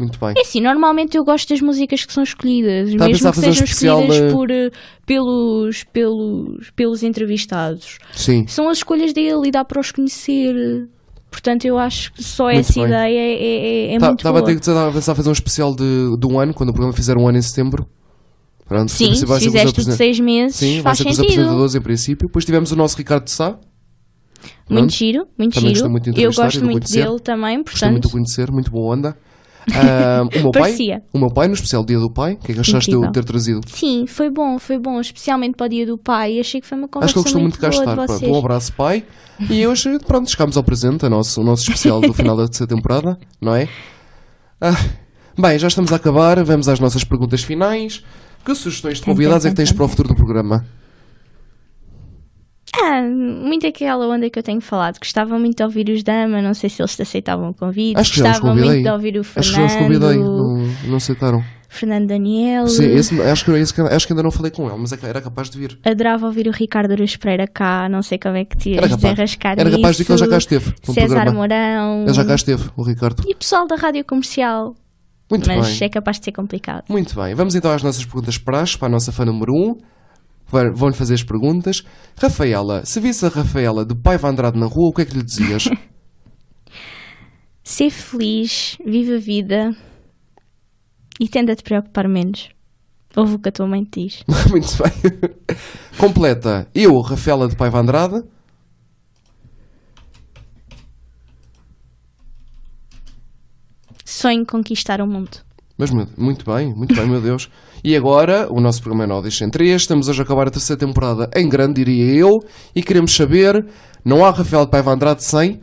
muito bem.
É assim, normalmente eu gosto das músicas que são escolhidas,
Estava a
mesmo
pensar
que
fazer um
sejam
especial,
escolhidas
eh,
por, eh, pelos, pelos, pelos entrevistados.
Sim.
São as escolhas dele e dá para os conhecer. Portanto, eu acho que só
Muito
essa
bem.
ideia é, é, é
Tá-
muito
Estava
boa.
a ter que estava a pensar fazer um especial de, de um ano, quando o programa fizer um ano em setembro. Pronto,
Sim, se
vai ser com os
fizeste de
apresen-
seis meses,
Sim, vai
faz
ser com os
sentido.
apresentadores em princípio. Depois tivemos o nosso Ricardo de Sá.
Muito
Pronto.
giro, muito
Também
giro.
gostei muito de
eu
entrevistar e
gosto
de
muito
conhecer.
dele também,
Gostei muito de
portanto,
conhecer, muito boa onda. Ah, o, meu pai,
Parecia.
o meu pai, no especial Dia do Pai, o que é que achaste de eu
Incrível.
ter trazido?
sim, foi bom, foi bom, especialmente para o dia do pai. Achei que foi uma conversa
Acho que ele gostou muito de cá
boa
estar.
de
Pronto,
vocês.
um abraço, pai. E hoje, pronto, chegámos ao presente, a nosso, o nosso especial do final da terceira temporada, não é? Ah, bem, já estamos a acabar, vamos às nossas perguntas finais. Que sugestões de convidados é que tens para o futuro do programa?
Ah, muito aquela onda que eu tenho falado. Gostava muito de ouvir os Dama, não sei se eles te aceitavam o convite.
Acho que já os
Gostava
convidei.
muito de ouvir o
Acho que já os
Fernando,
convidei, não, não aceitaram.
Fernando Daniel.
Sim, esse- acho, que, esse- acho que ainda não falei com ele, mas é que era capaz de vir.
Adorava ouvir o Ricardo Aruz Pereira cá, não sei como é que te
Era
ias
capaz,
desenrascar
era capaz de
nisso.
que ele já cá esteve no
César
programa.
Mourão.
Ele já cá esteve, o Ricardo.
Hum. E o pessoal da Rádio Comercial.
Muito
mas
bem.
é capaz de ser complicado.
Muito bem, vamos então às nossas perguntas praxe, para a nossa fã número 1. Um. Vão-lhe fazer as perguntas. Rafaela, se visse a Rafaela de Paiva Andrade na rua, o que é que lhe dizias?
Ser feliz, vive a vida e tenta te preocupar menos. Ouve o que a tua mãe te diz.
Muito bem. Completa. Eu, Rafaela de Paiva Andrade.
Sonho conquistar o mundo.
Mas meu- muito bem, muito bem, meu Deus. E agora, o nosso programa é Nó Deixa em 3. Estamos hoje a acabar a terceira temporada em grande, diria eu. E queremos saber, não há Rafaela de Paiva Andrade sem...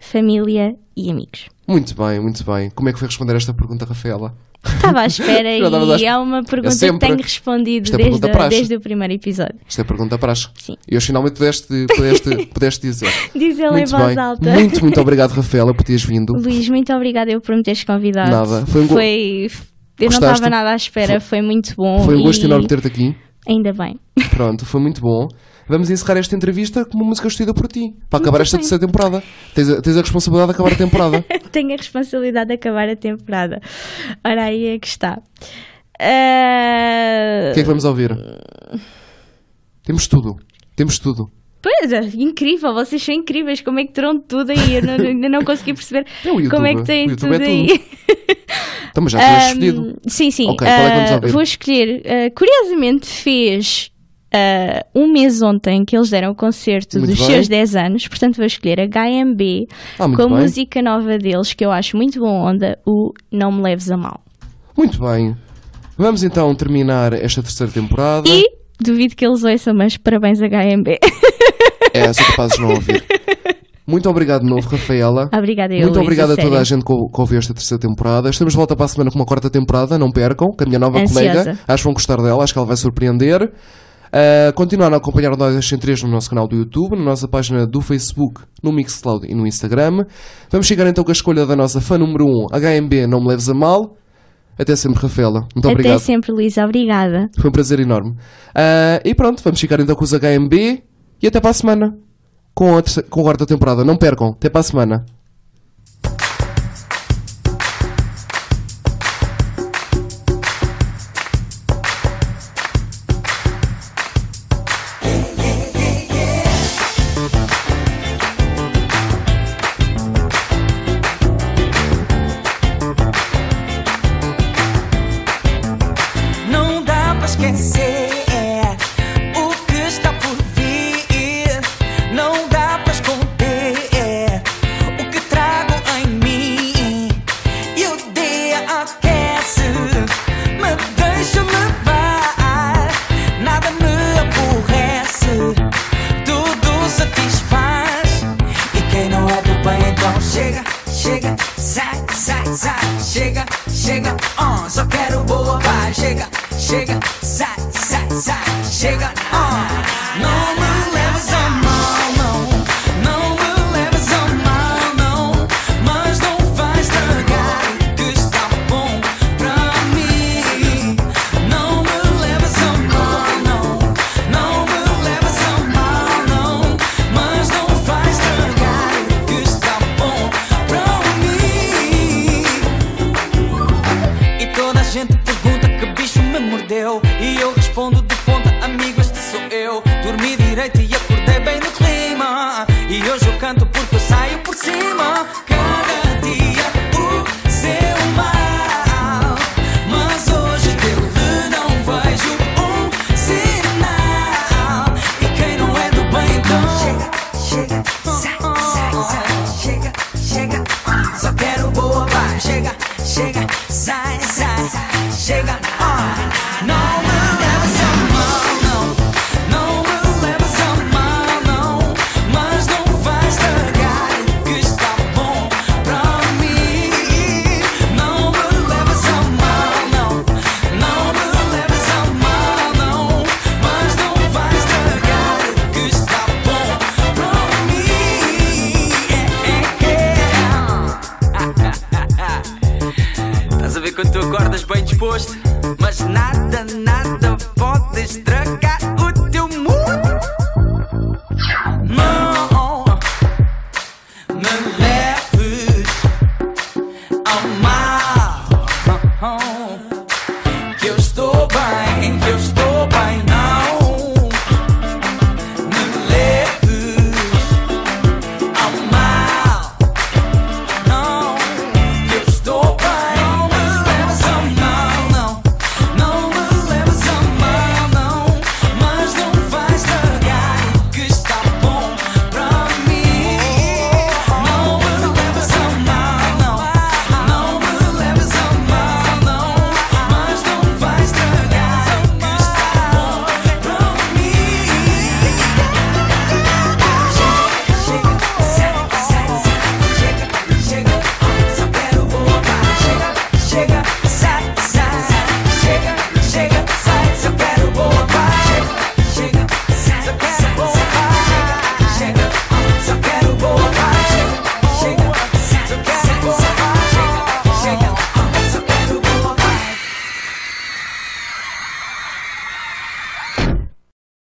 família e amigos.
Muito bem, muito bem. Como é que foi responder esta pergunta, Rafaela?
Estava à espera
Já estavas à
e
espera.
é uma pergunta
sempre-
que tenho respondido
Isto é pergunta
desde, o-
praxe.
desde o primeiro episódio.
Isto é pergunta praxe.
Sim.
E hoje finalmente pudeste, pudeste, pudeste dizer.
Diz ele em
Muito
é voz
bem.
alta.
Muito, muito obrigado, Rafaela, por teres vindo.
Luís, muito obrigada eu por me teres convidado.
Nada, foi um go-
Foi- Eu
Gostaste?
não estava nada à espera, foi, muito bom.
Foi um
e
gosto enorme ter-te aqui.
Ainda bem.
Pronto, foi muito bom. Vamos encerrar esta entrevista com uma música escolhida por ti, para acabar esta terceira temporada. Tens a, tens a responsabilidade de acabar a temporada.
Tenho a responsabilidade de acabar a temporada. Ora, aí é que está. Ah,
O que é que vamos ouvir? Temos tudo. Temos tudo.
Pois, é, incrível, vocês são incríveis. Como é que terão tudo aí? Eu não- ainda não consegui perceber
É o YouTube,
como é que
o
têm
YouTube
tudo
é
aí.
Então, mas já tinhas
Ahm,
escolhido.
Sim, sim.
Ok, qual é que vamos
Ah,
ouvir?
vou escolher. Ah, curiosamente, fez ah, um mês ontem que eles deram o concerto
Muito
dos
bem.
seus 10 anos, portanto, vou escolher a HMB
Ah, muito
com a
bem.
música nova deles que eu acho muito boa onda, o Não Me Leves a Mal.
Muito bem. Vamos então terminar esta terceira temporada.
E duvido que eles ouçam, mas parabéns, HMB.
É, sou capaz de não ouvir. Muito obrigado de novo, Rafaela.
Obrigada, eu.
Muito
Luís,
obrigado a toda a
sério.
gente que ou- que ouviu esta terceira temporada. Estamos de volta para a semana com uma quarta temporada, não percam, com a minha nova
Ansiosa.
colega. Acho que vão gostar dela, acho que ela vai surpreender. Ah, continuar a acompanhar o Nós das 103 no nosso canal do YouTube, na nossa página do Facebook, no Mixcloud e no Instagram. Vamos chegar então com a escolha da nossa fã número 1, HMB, não me leves a mal. Até sempre, Rafaela. Muito
Até
obrigado.
sempre, Luísa. Obrigada.
Foi um prazer enorme. Ah, e pronto, vamos ficar então com os HMB e até para a semana. Com a, terce- com a quarta temporada. Não percam. Até para a semana.
Não dá pra esquecer é o que está por vir. Não dá pra esconder é o que trago em mim. E o dia aquece, me deixa levar. Nada me aborrece, tudo satisfaz. E quem não é do bem, então chega, chega, sai, sai, sai, chega, chega, on. Só quero boa paz, chega, chega, sai, sai, sai, chega, on. Não me leves a mal, não, não me leves a mal, não. Mas não vais estragar o que está bom pra mim. Não me leves a mal, não, não me leves a mal, não. Mas não vais estragar o que está bom pra mim. E toda a gente pergunta que bicho me mordeu. E eu respondo de ponta, amigo, este sou eu. Dormi direito e acordei bem no clima. E hoje eu canto porque eu saio por cima. Cada dia o seu mal. Mas hoje dele não vejo um sinal. E quem não é do bem, então. Chega, chega, sai, sai, chega, chega. ah, Só quero boa paz. Chega, chega, sai, sai, chega. ah. Não me leves a mal, não. Não me leves a mal, não. Mas não vais estragar o que está bom pra mim. Não me leves a mal, não. Não me leves a mal, não. Mas não vais estragar o que está bom pra mim. É, Estás a ver quando tu acordas bem disposto? Mas nada, nada pode estragar o teu mundo. Não me leves ao mal. Que eu estou bem, que eu estou bem. Não me leves ao mal. Não, eu estou bem. Não me leves a mal, não. Não me leves a mal, não. Mas não vais estragar o que está bom pra mim. Não me leves a mal, não. Não me leves a mal, não. Mas não vais estragar o que está bom pra mim. Chega, sai, sai, sai, chega, chega, só quero boa paz. Chega, chega,